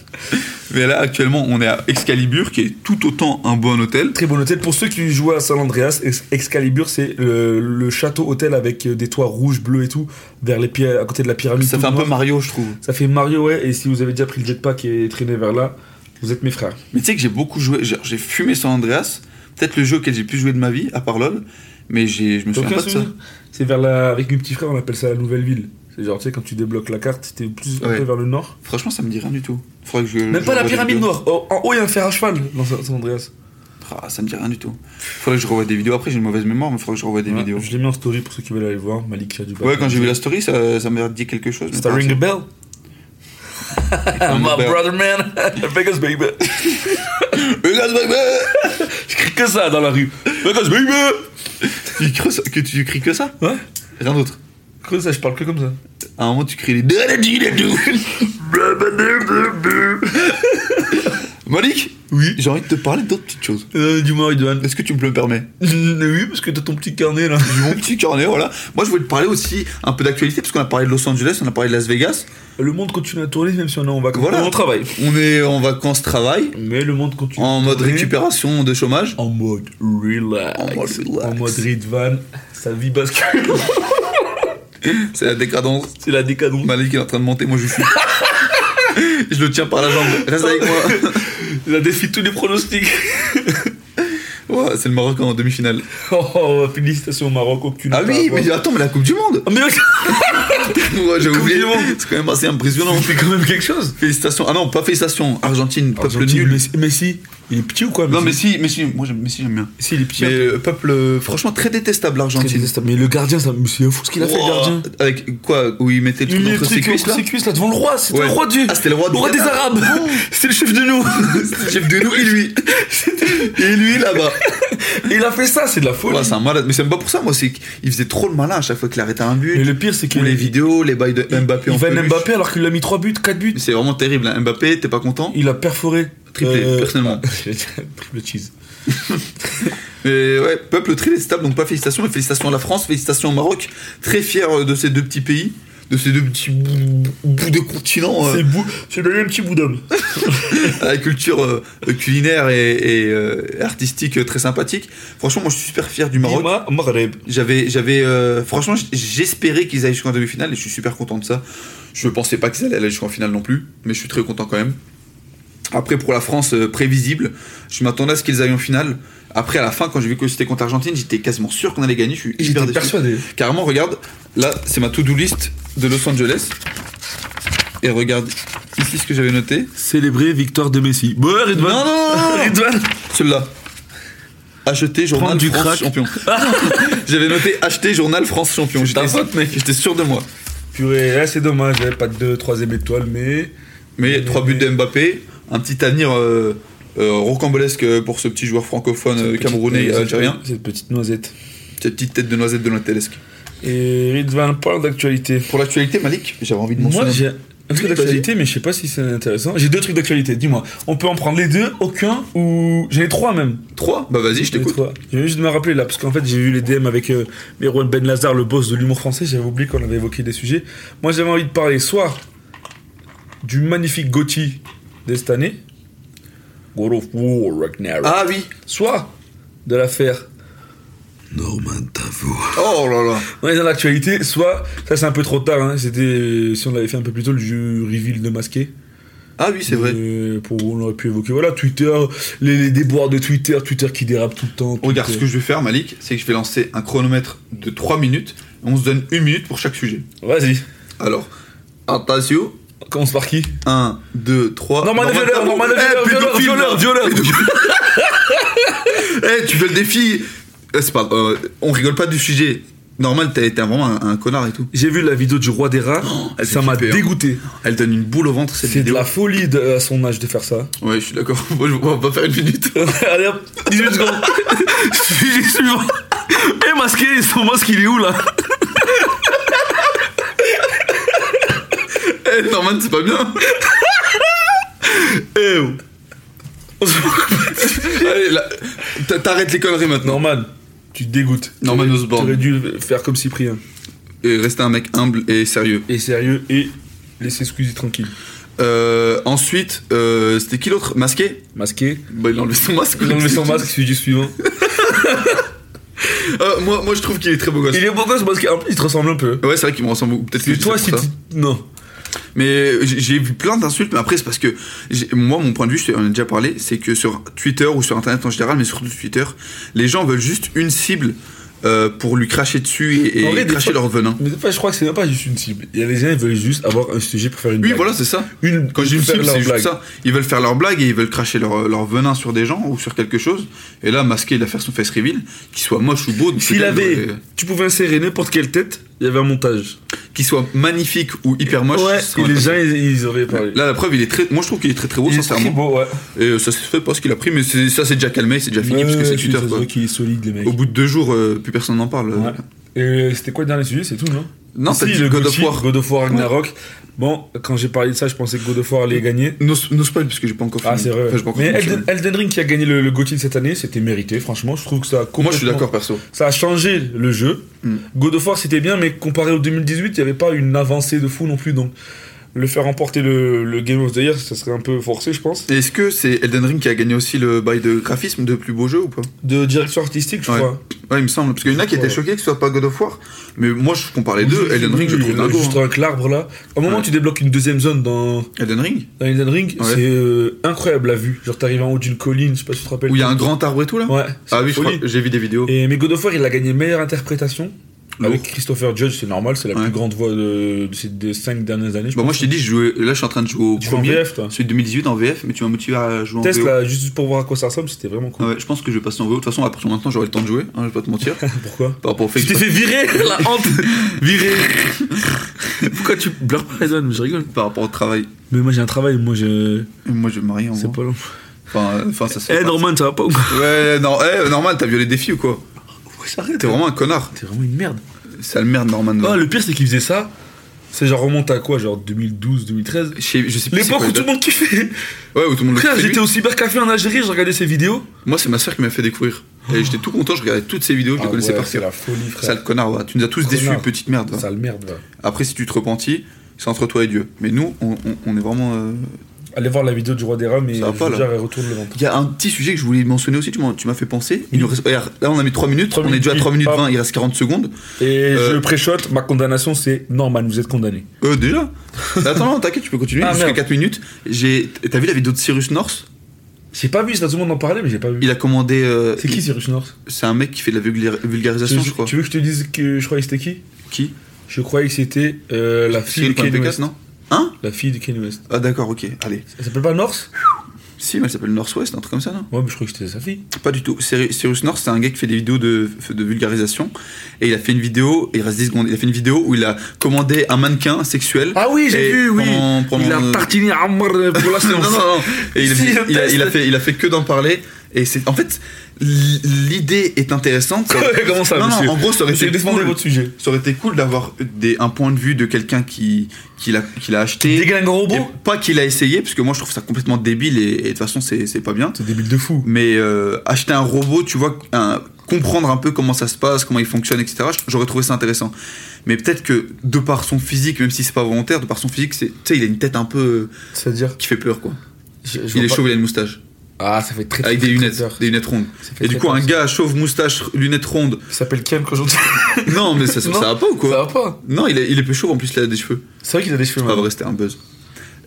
S2: Mais là, actuellement, on est à Excalibur, qui est tout autant un bon hôtel.
S3: Très bon hôtel. Pour ceux qui jouent à San Andreas, Ex- Excalibur, c'est le, le château hôtel avec euh, des toits rouges, bleus et tout, vers les pieds, à côté de la pyramide.
S2: Ça
S3: tout
S2: fait un
S3: noir.
S2: peu Mario, je trouve.
S3: Ça fait Mario, ouais, et si vous avez déjà pris le jetpack et traîné vers là, vous êtes mes frères.
S2: Mais tu sais que j'ai beaucoup joué, genre, j'ai fumé San Andreas, peut-être le jeu auquel j'ai plus joué de ma vie, à part LoL, mais j'ai, je me
S3: T'as
S2: souviens
S3: aucun
S2: pas de ça.
S3: souvenir C'est vers la. Avec mes petits frères, on appelle ça la nouvelle ville. C'est genre, tu sais, quand tu débloques la carte, c'était plus un
S2: Ouais.
S3: peu vers le nord.
S2: Franchement, ça me dit rien du tout. Faudrait que je, je
S3: Même pas la
S2: revoie des
S3: pyramide
S2: vidéos.
S3: noire. Oh, en haut, il y a un fer à cheval dans San San Andreas.
S2: Ah, ça me dit rien du tout. Faudrait que je revoie des vidéos. Après, j'ai une mauvaise mémoire, mais faudrait que je revoie des
S3: Ouais,
S2: vidéos.
S3: Je l'ai mis en story pour ceux qui veulent aller voir. Malik qui a du
S2: Ouais, quand j'ai vu la story, ça, ça m'a dit quelque chose. mais
S3: Star
S2: pas-
S3: Ring a bell.
S2: Ring a
S3: My
S2: bell.
S3: brother man. Vegas baby.
S2: Vegas, baby
S3: Je crie que ça dans la rue. Vegas baby.
S2: Tu cries ça- que tu cries que ça
S3: Ouais.
S2: Rien d'autre.
S3: Que ça, je parle que comme ça.
S2: À un moment, tu cries les deux, les deux, les deux. Malik
S3: Oui.
S2: J'ai envie de te parler d'autres petites choses.
S3: Euh, Dis-moi, Edouane.
S2: Est-ce que tu me le permets
S3: oui, parce que t'as ton petit carnet là.
S2: J'ai mon petit carnet, voilà. Moi, je voulais te parler aussi un peu d'actualité, parce qu'on a parlé de Los Angeles, on a parlé de Las Vegas.
S3: Le monde continue à tourner, même si on est en vacances.
S2: Voilà.
S3: On travaille.
S2: On est en vacances travail,
S3: Mais le monde continue.
S2: en
S3: à
S2: mode
S3: tourner.
S2: récupération de chômage.
S3: En mode relax.
S2: En mode relax.
S3: En mode Ridvan. Sa vie bascule.
S2: C'est la décadence.
S3: C'est la décadence.
S2: Malik il est en train de monter, moi je suis. je le tiens par la jambe. Reste avec moi.
S3: Ça défie tous les pronostics.
S2: Ouais, c'est le Maroc en demi-finale.
S3: Oh, félicitations au Maroc, aucune.
S2: Ah oui,
S3: part,
S2: mais
S3: ouais.
S2: attends, mais la Coupe du Monde.
S3: Ah, Mais
S2: Ouais, j'ai
S3: Coupe du
S2: oublié.
S3: Monde.
S2: C'est quand même assez impressionnant.
S3: on fait quand même quelque chose.
S2: Félicitations. Ah non, pas félicitations. Argentine, peuple nul.
S3: Messi, Messi, il est petit ou quoi
S2: Ah, Non, mais
S3: Messi
S2: si, mais si, moi j'aime Messi, j'aime bien.
S3: Si, il est petit.
S2: Mais
S3: hein.
S2: euh, peuple, euh, franchement, très détestable
S3: Très
S2: l'Argentine.
S3: détestable. mais le gardien, ça- mais c'est fou ce qu'il a fait, le
S2: Wow.
S3: gardien.
S2: Avec quoi Où il mettait le
S3: Il
S2: truc
S3: met le
S2: entre ses
S3: truc
S2: cuisses
S3: entre
S2: là
S3: ses cuisses là devant le roi, c'était
S2: Ouais.
S3: le roi du.
S2: Ah, c'était le roi du
S3: des
S2: Qatar.
S3: Arabes. C'était le chef de nous.
S2: Chef de nous et lui. et lui là-bas.
S3: Et il a fait ça, c'est de la folie.
S2: Voilà, Oh c'est un malade. Mais c'est même pas pour ça, moi. C'est qu'il faisait trop le malin à chaque fois qu'il arrêtait un but.
S3: mais le pire, c'est
S2: Ou
S3: qu'il
S2: les vidéos, les bails de Mbappé
S3: Il
S2: en
S3: va
S2: peluche.
S3: Mbappé alors qu'il a mis 3 buts, 4 buts.
S2: C'est vraiment terrible. hein. Mbappé, t'es pas content
S3: Il a perforé.
S2: Triplé,
S3: Euh,
S2: personnellement.
S3: Triple cheese.
S2: Mais ouais, peuple très détestable, donc pas félicitations. Mais félicitations à la France, félicitations au Maroc. Très fier euh, de ces deux petits pays, de ces deux petits bouts bouts de continent, euh,
S3: C'est bou- C'est le même petit bout d'homme.
S2: à la culture euh, culinaire et, et, euh, artistique euh, très sympathique. Franchement, moi je suis super fier du Maroc.
S3: Dima Maghreb.
S2: J'avais, j'avais, euh, franchement, j- j'espérais qu'ils aillent jusqu'en demi-finale et je suis super content de ça. Je pensais pas qu'ils allaient aller jusqu'en finale non plus, mais je suis très content quand même. Après, pour la France, euh, prévisible, je m'attendais à ce qu'ils aillent en finale. Après, à la fin, quand j'ai vu que c'était contre Argentine, j'étais quasiment sûr qu'on allait gagner. Je suis hyper
S3: J'étais
S2: déçu.
S3: persuadé.
S2: Carrément, regarde, là, c'est ma to-do list de Los Angeles. Et regarde ici ce que j'avais noté.
S3: Célébrer victoire de Messi. Bon, Ridvan.
S2: Non, non, non, non.
S3: Ridvan.
S2: Celui-là. Acheter journal
S3: Prendre du
S2: France
S3: crack.
S2: champion. j'avais noté acheter journal France champion.
S3: C'est ta
S2: J'étais
S3: faute, mec.
S2: j'étais sûr de moi.
S3: Purée, là, c'est dommage, hein, j'avais pas de 3 troisième étoile, mais.
S2: Mais trois buts de Mbappé, un petit avenir euh, euh, rocambolesque euh, pour ce petit joueur francophone euh,
S3: Petite-
S2: camerounais
S3: euh,
S2: et algérien.
S3: Cette petite noisette.
S2: Cette petite tête de noisette de l'intelesque.
S3: Et Ridvan parle d'actualité.
S2: Pour l'actualité, Malik, j'avais envie de
S3: Moi,
S2: mentionner.
S3: j'ai un truc
S2: Oui,
S3: d'actualité, mais je sais pas si c'est intéressant. J'ai deux trucs d'actualité, dis-moi. On peut en prendre les deux, aucun, ou. J'en ai trois même.
S2: Trois Bah vas-y, je
S3: J'en ai
S2: t'écoute.
S3: trois. Je viens juste de me rappeler là, parce qu'en fait, j'ai vu les DM avec euh, Merwan Ben Lazar, le boss de l'humour français. J'avais oublié qu'on avait évoqué des sujets. Moi, j'avais envie de parler soit du magnifique Gauthier de cette année, God of War Ragnarok,
S2: Ah oui
S3: soit de l'affaire Norman Tavour.
S2: Oh là là
S3: On est dans l'actualité, soit, ça c'est un peu trop tard, hein, c'était, euh, si on l'avait fait un peu plus tôt, le jeu reveal de masqué.
S2: Ah oui, c'est vrai.
S3: Euh, pour, on aurait pu évoquer, voilà, Twitter, les, les déboires de Twitter, Twitter qui dérape tout le temps. Twitter.
S2: Regarde, ce que je vais faire, Malik, c'est que je vais lancer un chronomètre de 3 minutes. et On se donne une minute pour chaque sujet.
S3: Vas-y,
S2: Alors, attention.
S3: on commence par qui
S2: 1, 2, 3.
S3: Norman est violeur, Norman est violeur, violeur, violeur, violeur.
S2: Eh, tu veux le défi Eh, C'est pas. euh, on rigole pas du sujet. Normal, t'as été vraiment un, un connard et tout.
S3: J'ai vu la vidéo du roi des rats,
S2: elle
S3: ça
S2: fait
S3: m'a
S2: flipper, hein.
S3: dégoûté.
S2: Elle donne une boule au ventre cette
S3: C'est de
S2: vidéo.
S3: la folie de- à son âge de faire ça.
S2: Ouais, je suis d'accord. Moi, je- on va pas faire une minute.
S3: Allez hop, 18 secondes. Sujet suivant. Et Eh, masqué, son masque il est où là
S2: Eh, Norman, c'est pas bien.
S3: Eh oh.
S2: Allez, là, t'a- t'arrêtes les conneries maintenant.
S3: Norman, tu te dégoûtes.
S2: Norman
S3: T'aurais-
S2: Osborn.
S3: T'aurais dû faire comme Cyprien.
S2: Et reste un mec humble et sérieux.
S3: Et sérieux et laissez Squeezie tranquille.
S2: Euh, ensuite, euh, c'était qui l'autre Masqué
S3: Masqué.
S2: Bah, il a enlevé son masque.
S3: Il a enlevé son masque, sujet suivant.
S2: Euh, moi, moi, je trouve qu'il est très beau gosse.
S3: Il est beau gosse parce qu'en plus il te ressemble un peu.
S2: Ouais, c'est vrai qu'il me ressemble beaucoup. Peut-être que
S3: Et
S2: c'est
S3: toi
S2: pour
S3: si
S2: ça.
S3: tu. Non.
S2: Mais euh, j'ai j'ai vu plein d'insultes, mais après, c'est parce que j'ai- moi, mon point de vue, je t'en ai déjà parlé, c'est que sur Twitter ou sur Internet en général, mais surtout Twitter, les gens veulent juste une cible euh, pour lui cracher dessus et,
S3: En vrai,
S2: et
S3: des
S2: cracher
S3: fois-
S2: leur venin.
S3: Mais des fois, je crois que c'est même pas juste une cible. Il y a des gens qui veulent juste avoir un sujet pour faire une
S2: Oui,
S3: blague.
S2: voilà, c'est ça.
S3: Une,
S2: Quand j'ai une
S3: faire
S2: cible,
S3: leur
S2: c'est juste
S3: blague.
S2: ça. Ils veulent faire leur blague et ils veulent cracher leur, leur venin sur des gens ou sur quelque chose. Et là, masqué, il a fait son face reveal, qu'il soit moche ou beau.
S3: S'il
S2: peut-être,
S3: avait.
S2: euh,
S3: Tu pouvais insérer n'importe quelle tête, il y avait un montage.
S2: Qu'il soit magnifique ou hyper moche.
S3: ouais,
S2: ça
S3: et
S2: aurait
S3: les
S2: pas-
S3: gens ils, ils auraient parlé.
S2: Là, la preuve, il est très. Moi, je trouve qu'il est très très beau,
S3: Il est
S2: sincèrement.
S3: très beau, ouais.
S2: Et euh, ça se fait pas ce qu'il a pris, mais c'est- ça c'est déjà calmé, c'est déjà fini, parce que c'est Twitter
S3: C'est
S2: quoi.
S3: vrai qu'il est solide, les mecs.
S2: Au bout de deux jours, euh, plus personne n'en parle.
S3: Ouais. Et euh, c'était quoi le dernier sujet C'est tout, non
S2: Non,
S3: Si,
S2: t'as dit
S3: le
S2: God of
S3: Gucci,
S2: War.
S3: God of War Ragnarok. Bon, quand j'ai parlé de ça, je pensais que God of War allait gagner.
S2: No, no spoil, parce que j'ai pas encore fini.
S3: Ah, c'est vrai.
S2: Enfin, j'ai pas encore
S3: Mais
S2: fini.
S3: Elden, Elden Ring qui a gagné le, le Gauthier cette année, c'était mérité, franchement. Je trouve que ça a
S2: Moi, je suis
S3: complètement-
S2: d'accord, perso.
S3: Ça a changé le jeu.
S2: Hmm.
S3: God of War, c'était bien, mais comparé au 2018, il n'y avait pas une avancée de fou non plus. Donc, le faire remporter le, le Game of the Year, ça serait un peu forcé, je pense.
S2: Et Est-ce que c'est Elden Ring qui a gagné aussi le bail de graphisme de plus beau jeu ou pas
S3: De direction artistique, je
S2: Ouais.
S3: crois.
S2: Ouais, il me semble. Parce qu'il y en a qui étaient
S3: Ouais.
S2: choqués que ce soit pas God of War. Mais moi, je compare les deux. Elden Ring, je
S3: Oui,
S2: trouve
S3: là,
S2: dingo.
S3: Juste
S2: hein.
S3: avec l'arbre, là. Au moment où
S2: Ouais.
S3: tu débloques une deuxième zone dans,
S2: Elden Ring
S3: dans Elden Ring,
S2: Ouais.
S3: c'est euh, incroyable la vue. Genre, t'arrives en haut d'une colline, je sais pas si tu te rappelles.
S2: Où il y a un grand arbre et tout là
S3: Ouais. c'est
S2: Ah oui, je
S3: folie.
S2: crois- j'ai vu des vidéos.
S3: Et mais God of War, il a gagné meilleure interprétation
S2: Lourd.
S3: avec Christopher Judge, c'est normal, c'est la
S2: Ouais.
S3: plus grande voix de, de ces des cinq dernières années. je
S2: Bah, moi,
S3: pense.
S2: je t'ai dit, je jouais... là, je suis en train de jouer au
S3: Tu joues en
S2: premier.
S3: VF, toi.
S2: Celui de 2018 en VF, mais tu m'as motivé à jouer en
S3: Test
S2: VO.
S3: là, juste pour voir à quoi ça ressemble, c'était vraiment cool.
S2: Ah Ouais, je pense que je vais passer en VO. De toute façon, à partir de maintenant, j'aurai le temps de jouer, hein, je vais pas te mentir.
S3: Pourquoi
S2: Par rapport au fait
S3: Tu
S2: que
S3: t'es fait virer la honte Virer
S2: Pourquoi tu pleures pas les hommes Je rigole. Par rapport au travail.
S3: Mais moi j'ai un travail, moi je.
S2: Et Moi, je vais me marier en
S3: C'est
S2: gros.
S3: pas long.
S2: Enfin, euh, enfin, ça se
S3: Eh
S2: fait pas.
S3: Norman, ça va pas ou quoi
S2: Ouais, non, eh, normal, t'as violé des filles ou quoi
S3: Ouais, J'arrête,
S2: T'es vraiment un connard.
S3: T'es vraiment une merde.
S2: Sale merde, Norman.
S3: Ah, le pire c'est qu'il faisait ça. C'est genre remonte à quoi Genre 2012, 2013
S2: Je sais, je sais plus c'est
S3: L'époque
S2: quoi
S3: où
S2: les
S3: tout le
S2: dates.
S3: monde kiffait
S2: Ouais, où tout le monde le
S3: Frère,
S2: fait,
S3: j'étais
S2: lui.
S3: au cybercafé en Algérie, je regardais ses vidéos.
S2: Moi, c'est ma soeur qui m'a fait découvrir. Et j'étais tout content, je regardais toutes ses vidéos, je les connaissais par cœur.
S3: Ah la folie, frère.
S2: Sale connard, ouais. tu nous as tous déçus,
S3: Connard.
S2: petite merde. ouais.
S3: Sale merde, va.
S2: Après, si tu te repentis, c'est entre toi et Dieu. Mais nous, on, on- on est vraiment. euh,
S3: Allez voir la vidéo du roi des rats, mais
S2: Ça va
S3: je
S2: pas,
S3: vous
S2: là.
S3: jure, elle retourne le ventre.
S2: Il y a un petit sujet que je voulais mentionner aussi, tu m'en- tu m'as fait penser. Il nous reste- regarde, là, on a mis 3 minutes,
S3: Trois
S2: on est déjà à 3 minutes
S3: minutes,
S2: 20, il reste 40 secondes.
S3: Et
S2: Euh,
S3: je préchote, ma condamnation c'est Norman, vous êtes condamné.
S2: Euh, déjà Attends, non, t'inquiète, tu peux continuer.
S3: Ah,
S2: jusqu'à
S3: merde.
S2: 4 minutes. J'ai... T'as vu la vidéo de Cyrus North
S3: J'ai pas vu, ça tout le monde en parlait, mais j'ai pas vu.
S2: Il a commandé. euh,
S3: C'est qui Cyrus North
S2: il- C'est un mec qui fait de la vulga-
S3: tu,
S2: vulgarisation, je, crois.
S3: tu veux que je te dise que je croyais que c'était qui
S2: Qui
S3: Je croyais que c'était euh, la
S2: C'est
S3: fille de
S2: le coin
S3: Kanye
S2: Vegas,
S3: West.
S2: non Hein
S3: La fille de Kanye West.
S2: Ah, d'accord, ok, allez.
S3: Elle s'appelle pas North
S2: Si, mais elle s'appelle Northwest, un truc comme ça, non
S3: Ouais, mais je crois que c'était sa fille.
S2: Pas du tout. Cyrus Cyrus North, c'est un gars qui fait des vidéos de, de vulgarisation. Et il a fait une vidéo, il reste 10 secondes, il a fait une vidéo où il a commandé un mannequin sexuel.
S3: Ah oui, j'ai
S2: Et
S3: vu, oui.
S2: pendant- pendant- euh,
S3: Il a tartiné Ammar pour la
S2: non,
S3: séance.
S2: non, non. Et il, a-
S3: Si, je
S2: il a, il a
S3: teste.
S2: fait, il a fait que d'en parler. Et c'est, en fait, l- l'idée est intéressante. Ça-
S3: Comment ça,
S2: Non, non,
S3: monsieur
S2: en gros, ça aurait
S3: Monsieur,
S2: été
S3: défendez
S2: cool.
S3: votre sujet.
S2: Ça aurait été cool d'avoir des, un point de vue de quelqu'un qui, qui l'a, qui l'a acheté.
S3: Déglingue un
S2: Et
S3: robot
S2: pas qu'il a essayé, parce que moi je trouve ça complètement débile et, et de toute façon c'est c'est pas bien.
S3: C'est débile de fou.
S2: Mais euh, acheter un robot, tu vois, un- comprendre un peu comment ça se passe, comment il fonctionne, etc. J'aurais trouvé ça intéressant. Mais peut-être que de par son physique, même si c'est pas volontaire, de par son physique, c'est- tu sais, il a une tête un peu euh,
S3: C'est-à-dire.
S2: qui fait peur quoi.
S3: je- je
S2: Il est
S3: vois pas-
S2: chauve, il a une moustache.
S3: Ah, ça fait très
S2: Avec
S3: très,
S2: des
S3: très
S2: lunettes,
S3: peur.
S2: des lunettes rondes.
S3: Ça fait
S2: Et du
S3: très
S2: coup, un
S3: peur.
S2: gars chauve, moustache, lunettes rondes.
S3: Il s'appelle Kem qu'aujourd'hui.
S2: Non, mais ça, ça,
S3: Non.
S2: ça va pas ou
S3: Ça
S2: quoi
S3: va pas.
S2: Non, il est, il est plus chauve en plus, il a des cheveux.
S3: C'est vrai qu'il a des cheveux. hein.
S2: C'est pas
S3: maintenant.
S2: vrai, c'était un buzz.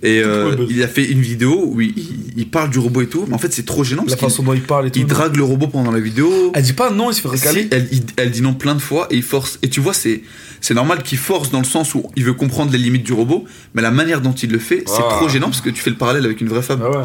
S2: Et euh,
S3: le buzz.
S2: il a fait une vidéo où il, il- il parle du robot et tout, mais en fait c'est trop gênant
S3: La
S2: parce qu'il
S3: façon dont il parle et tout.
S2: il drague le robot pendant la vidéo.
S3: Elle dit pas non, il se fait
S2: Si,
S3: recaler.
S2: elle, il- elle dit non plein de fois et il force. Et tu vois, c'est c'est normal qu'il force dans le sens où il veut comprendre les limites du robot, mais la manière dont il le fait, c'est
S3: Ah.
S2: trop gênant parce que tu fais le parallèle avec une vraie femme.
S3: Ah ouais.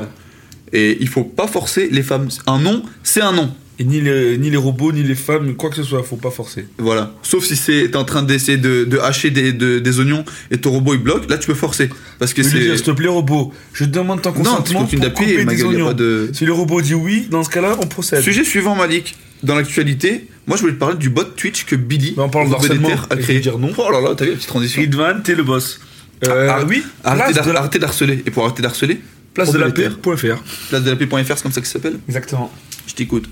S2: Et il faut pas forcer les femmes. Un non, c'est un non.
S3: Et ni les, ni les robots, ni les femmes, quoi que ce soit, faut pas forcer.
S2: Voilà. Sauf si c'est t'es en train d'essayer de, de hacher des, de- des ognons et ton robot il bloque, là tu peux forcer parce que
S3: Mais lui dire,
S2: c'est
S3: s'il te plaît, robot, je te demande ton
S2: non, tu
S3: consentement
S2: continues
S3: pour
S2: d'appuyer.
S3: couper
S2: ma
S3: des
S2: gueule, y a
S3: oignons.
S2: pas de
S3: Si le robot dit oui, dans ce cas-là, on procède.
S2: Sujet suivant, Malik. Dans l'actualité, moi je voulais te parler du bot Twitch que Billy,
S3: Mais on parle
S2: Robert
S3: d'harcèlement,
S2: Etter,
S3: et
S2: a
S3: je
S2: créé.
S3: vais dire non.
S2: Oh là là, t'as vu la petite transition
S3: Ridvan, t'es le boss. Euh,
S2: Ah, ah,
S3: oui,
S2: Arrêtez
S3: place
S2: d'har-
S3: de la,
S2: arrêtez d'harceler. Et pour arrêter d'harceler,
S3: place de la
S2: propriétaire.
S3: paix.fr.
S2: place de la paix.fr, c'est comme ça que ça s'appelle
S3: Exactement.
S2: Je t'écoute.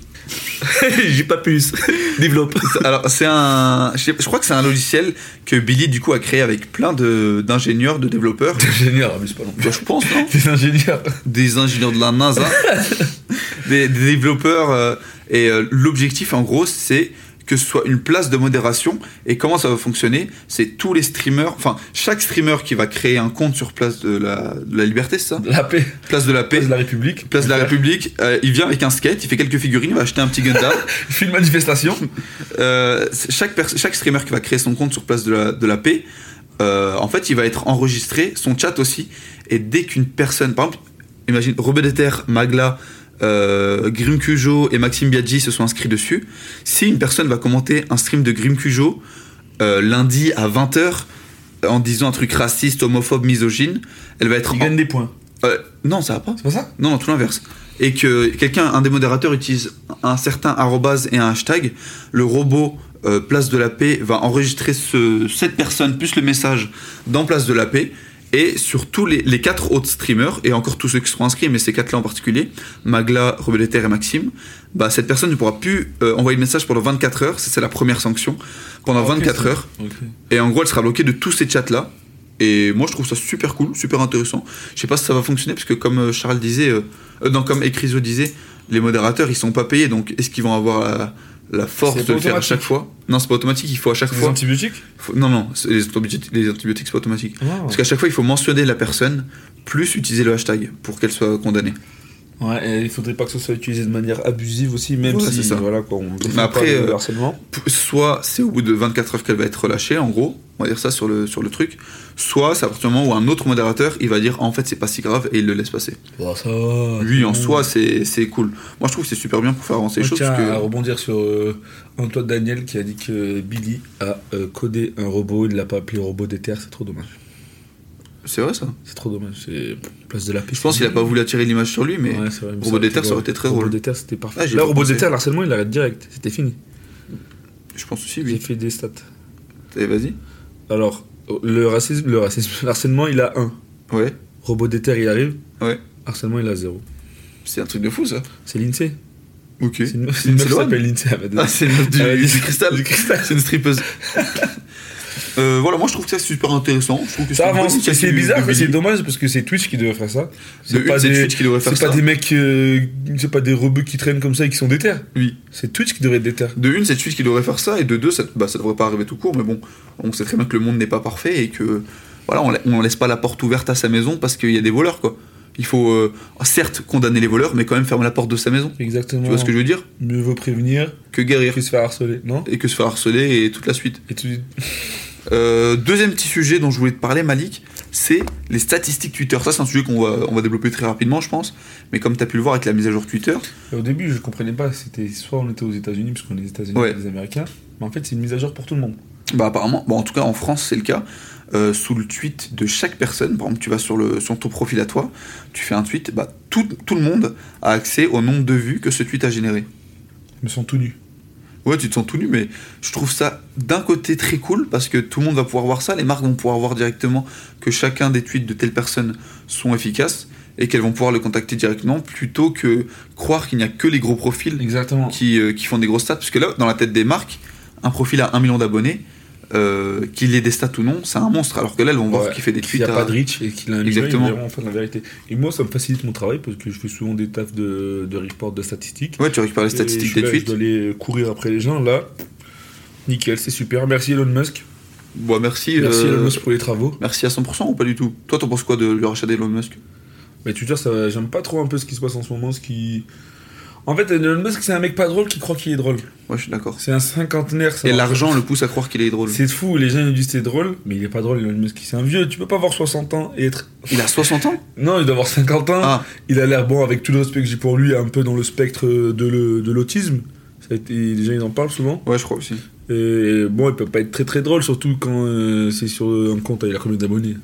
S3: J'ai pas plus. Développe.
S2: Alors, c'est un. Je sais- je crois que c'est un logiciel que Billy, du coup, a créé avec plein de- d'ingénieurs, de, développeurs.
S3: T'es ingénieur, mais c'est pas long.
S2: Bah, je pense, non
S3: T'es ingénieur.
S2: Des ingénieurs de la NASA, des, des développeurs. euh, et euh, l'objectif, en gros, c'est que ce soit une place de modération. Et comment ça va fonctionner C'est tous les streamers, enfin, chaque streamer qui va créer un compte sur Place de la, de la Liberté, c'est ça
S3: La paix.
S2: Place de la Paix.
S3: Place de la République.
S2: Place de la République, euh, il vient avec un skate, il fait quelques figurines, il va acheter un petit Gundam.
S3: Film manifestation.
S2: Euh, c'est- chaque, pers- chaque streamer qui va créer son compte sur Place de la, de la Paix, euh, en fait, il va être enregistré, son chat aussi. Et dès qu'une personne, par exemple, imagine Robert Deter, Magla, euh, Grim Cujo et Maxime Biaggi se sont inscrits dessus, si une personne va commenter un stream de Grim Cujo euh, lundi à 20h en disant un truc raciste, homophobe, misogyne, elle va être...
S3: Il
S2: en-
S3: gagne des points.
S2: Euh, non, ça va pas.
S3: C'est pas ça
S2: Non, non, tout l'inverse. Et que quelqu'un, un des modérateurs, utilise un certain arrobase et un hashtag, le robot euh, Place de la Paix va enregistrer ce, cette personne plus le message dans Place de la Paix. Et sur tous les, les quatre autres streamers, et encore tous ceux qui seront inscrits, mais ces quatre-là en particulier, Magla, Rebelleter et Maxime, bah, cette personne ne pourra plus euh, envoyer de message pendant 24 heures, ça c'est la première sanction, pendant
S3: Ah, ok,
S2: 24
S3: ça.
S2: heures. Et en gros, elle sera bloquée de tous ces chats-là. Et moi, je trouve ça super cool, super intéressant. Je sais pas si ça va fonctionner, parce que comme euh, Charles disait, euh, euh, non, comme Ecriso disait, les modérateurs, ils sont pas payés, donc est-ce qu'ils vont avoir la, la force
S3: C'est
S2: de
S3: pas
S2: le faire à
S3: automatique.
S2: chaque fois Non, c'est pas automatique, il faut à chaque
S3: Des
S2: fois.
S3: antibiotiques
S2: faut- non, non, c'est- les antibiotiques, les antibiotiques c'est pas automatique.
S3: Ah
S2: Parce qu'à chaque fois, il faut mentionner la personne, plus utiliser le hashtag pour qu'elle soit condamnée.
S3: Ouais, et il faudrait pas que ce soit utilisé de manière abusive aussi, même
S2: Ouais,
S3: si
S2: c'est ça.
S3: voilà quoi, on défend
S2: après,
S3: pas le
S2: euh,
S3: harcèlement.
S2: P- soit c'est au bout de 24 heures qu'elle va être relâchée, en gros, on va dire ça sur le, sur le truc, soit c'est à partir du moment où un autre modérateur, il va dire en fait c'est pas si grave et il le laisse passer. bah,
S3: Bah,
S2: Lui en soi, c'est c'est cool. Moi je trouve que c'est super bien pour faire avancer les
S3: Je
S2: choses.
S3: tiens
S2: parce que-
S3: à rebondir sur euh, Antoine Daniel qui a dit que Billy a euh, codé un robot, il l'a pas appelé robot des terres, c'est trop dommage.
S2: C'est vrai ça.
S3: C'est trop dommage, c'est place de la paix.
S2: Je pense qu'il a pas voulu attirer l'image sur lui, mais
S3: Ouais, c'est vrai, mais
S2: robot des terres, ça aurait été très
S3: Robot
S2: drôle.
S3: des terres, c'était parfait.
S2: Ah, j'y ai
S3: Là,
S2: pas
S3: robot
S2: pensé.
S3: des terres, l'arcèlement, il arrête direct, c'était fini.
S2: je pense aussi,
S3: J'ai
S2: oui.
S3: fait des stats.
S2: Allez, vas-y.
S3: Alors, le racisme, le racisme, l'harcèlement, il a 1.
S2: Ouais,
S3: Robot des terres, il arrive.
S2: Ouais.
S3: Harcèlement, il a 0.
S2: c'est un truc de fou ça.
S3: C'est l'INSEE.
S2: Ok.
S3: C'est une meuf c'est une meuf qui
S2: Loane
S3: s'appelle Lindsay. elle m'a donné.
S2: Ah, c'est une meuf du,
S3: Elle a dit-
S2: du cristal.
S3: du cristal.
S2: C'est une strippeuse. Euh, voilà, moi je trouve que ça c'est super intéressant. Je trouve que
S3: Ça
S2: une bonne
S3: avance. Et C'est
S2: initiative
S3: bizarre,
S2: de
S3: mais
S2: Billy.
S3: c'est dommage parce que c'est Twitch qui devrait faire ça.
S2: De une, c'est Twitch qui devrait faire
S3: C'est pas
S2: ça.
S3: des mecs, euh, c'est pas des rebeux qui traînent comme ça et qui sont déter.
S2: Oui.
S3: C'est Twitch qui devrait être déter.
S2: De une, c'est Twitch qui devrait faire ça, et de deux, ça, bah, ça devrait pas arriver tout court, mais bon, on sait très bien que le monde n'est pas parfait et que voilà, on, la- on laisse pas la porte ouverte à sa maison parce qu'il y a des voleurs quoi. Il faut euh, certes condamner les voleurs, mais quand même fermer la porte de sa maison.
S3: Exactement.
S2: Tu vois ce que je veux dire
S3: Mieux vaut prévenir
S2: Que guérir
S3: que se faire harceler, non
S2: et que se faire harceler et toute la suite.
S3: Et tu
S2: Euh, deuxième petit sujet dont je voulais te parler, Malik, c'est les statistiques Twitter. Ça, c'est un sujet qu'on va, on va développer très rapidement, je pense. Mais comme tu as pu le voir avec la mise à jour Twitter,
S3: Et au début, je comprenais pas. C'était soit on était aux États-Unis, parce qu'on est les États-Unis,
S2: Ouais.
S3: les Américains. Mais en fait, c'est une mise à jour pour tout le monde.
S2: Bah apparemment, bon, en tout cas en France c'est le cas. Euh, sous le tweet de chaque personne, par exemple tu vas sur, le, sur ton profil à toi, tu fais un tweet, bah, tout, tout le monde a accès au nombre de vues que ce tweet a généré.
S3: Ils me sont tout nus.
S2: Ouais tu te sens tout nu mais je trouve ça d'un côté très cool parce que tout le monde va pouvoir voir ça, les marques vont pouvoir voir directement que chacun des tweets de telle personne sont efficaces et qu'elles vont pouvoir le contacter directement plutôt que croire qu'il n'y a que les gros profils
S3: Exactement.
S2: qui, euh, qui font des grosses stats. Parce que là, dans la tête des marques, un profil à 1 million d'abonnés, euh, qu'il ait des stats ou non, c'est un monstre. Alors que là, elles vont voir
S3: Ouais,
S2: qu'il fait des
S3: S'il n'y
S2: tweets.
S3: a
S2: à-
S3: pas de reach et qu'il a un million,
S2: Exactement.
S3: il verra enfin la vérité. Et moi, ça me facilite mon travail parce que je fais souvent des tafs de, de report de statistiques.
S2: Ouais, tu récupères les
S3: Et je
S2: statistiques
S3: suis
S2: des
S3: là, Je
S2: tweets.
S3: dois aller courir après les gens. Là, nickel, c'est super. Merci Elon Musk.
S2: Bon, merci.
S3: Merci
S2: euh,
S3: Elon Musk pour les travaux.
S2: Merci à 100% ou pas du tout Toi, t'en penses quoi de le rachat d'Elon Musk
S3: Mais Twitter, ça, j'aime pas trop un peu ce qui se passe en ce moment. Ce qui... En fait, Elon Musk, c'est un mec pas drôle qui croit qu'il est drôle.
S2: Ouais, je suis d'accord.
S3: C'est un cinquantenaire. ça
S2: Et
S3: va.
S2: l'argent le pousse à croire qu'il est drôle.
S3: C'est fou, les gens ils disent c'est drôle, mais il est pas drôle Elon Musk, c'est un vieux, tu peux pas avoir 60 ans et être...
S2: Il a 60 ans
S3: Non, il doit avoir 50 ans,
S2: Ah,
S3: il a l'air bon avec tout le respect que j'ai pour lui, un peu dans le spectre de le- de l'autisme, Ça a été- les gens ils en parlent souvent,
S2: ouais, je crois aussi.
S3: et bon il peut pas être très très drôle, surtout quand euh, c'est sur un compte, il a combien d'abonnés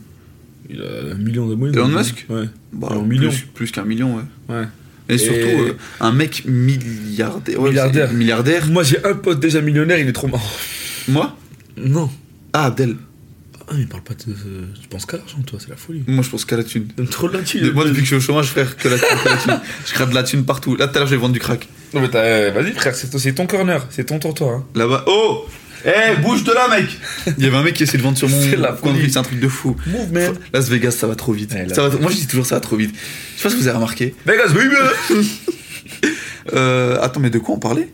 S3: Il a un million d'abonnés.
S2: Elon
S3: non
S2: Musk
S3: Ouais.
S2: Bah,
S3: Un million.
S2: Plus, plus qu'un million, ouais.
S3: Ouais.
S2: Et surtout,
S3: Et-
S2: euh, un mec milliardaire. ouais,
S3: Milliardaire.
S2: c'est- Milliardaire.
S3: Moi j'ai un pote déjà millionnaire, il est trop marrant.
S2: Moi
S3: Non.
S2: Ah, Abdel.
S3: Ah mais parle pas de... Tu penses qu'à l'argent toi, c'est la folie.
S2: Moi, je pense qu'à la thune.
S3: T'aimes trop de la thune.
S2: De- moi, depuis que je suis au chômage, frère, que la, que la thune. Je crade de la thune partout. Là, tout à l'heure, je vais vendre du crack.
S3: Non mais t'as- euh, vas-y frère, c'est c'est ton corner, c'est ton territoire. hein.
S2: Là-bas. Oh Eh, bouge de là, mec Il y avait un mec qui essayait de vendre sur mon.
S3: C'est la
S2: coin de
S3: folie.
S2: rue, C'est un truc de fou.
S3: Move man.
S2: Las Vegas, ça va trop vite.
S3: Ouais, là-
S2: Ça va- moi, je dis toujours ça va trop vite. Je sais pas si vous avez remarqué.
S3: Vegas, oui, oui.
S2: Euh, attends, mais de quoi on parlait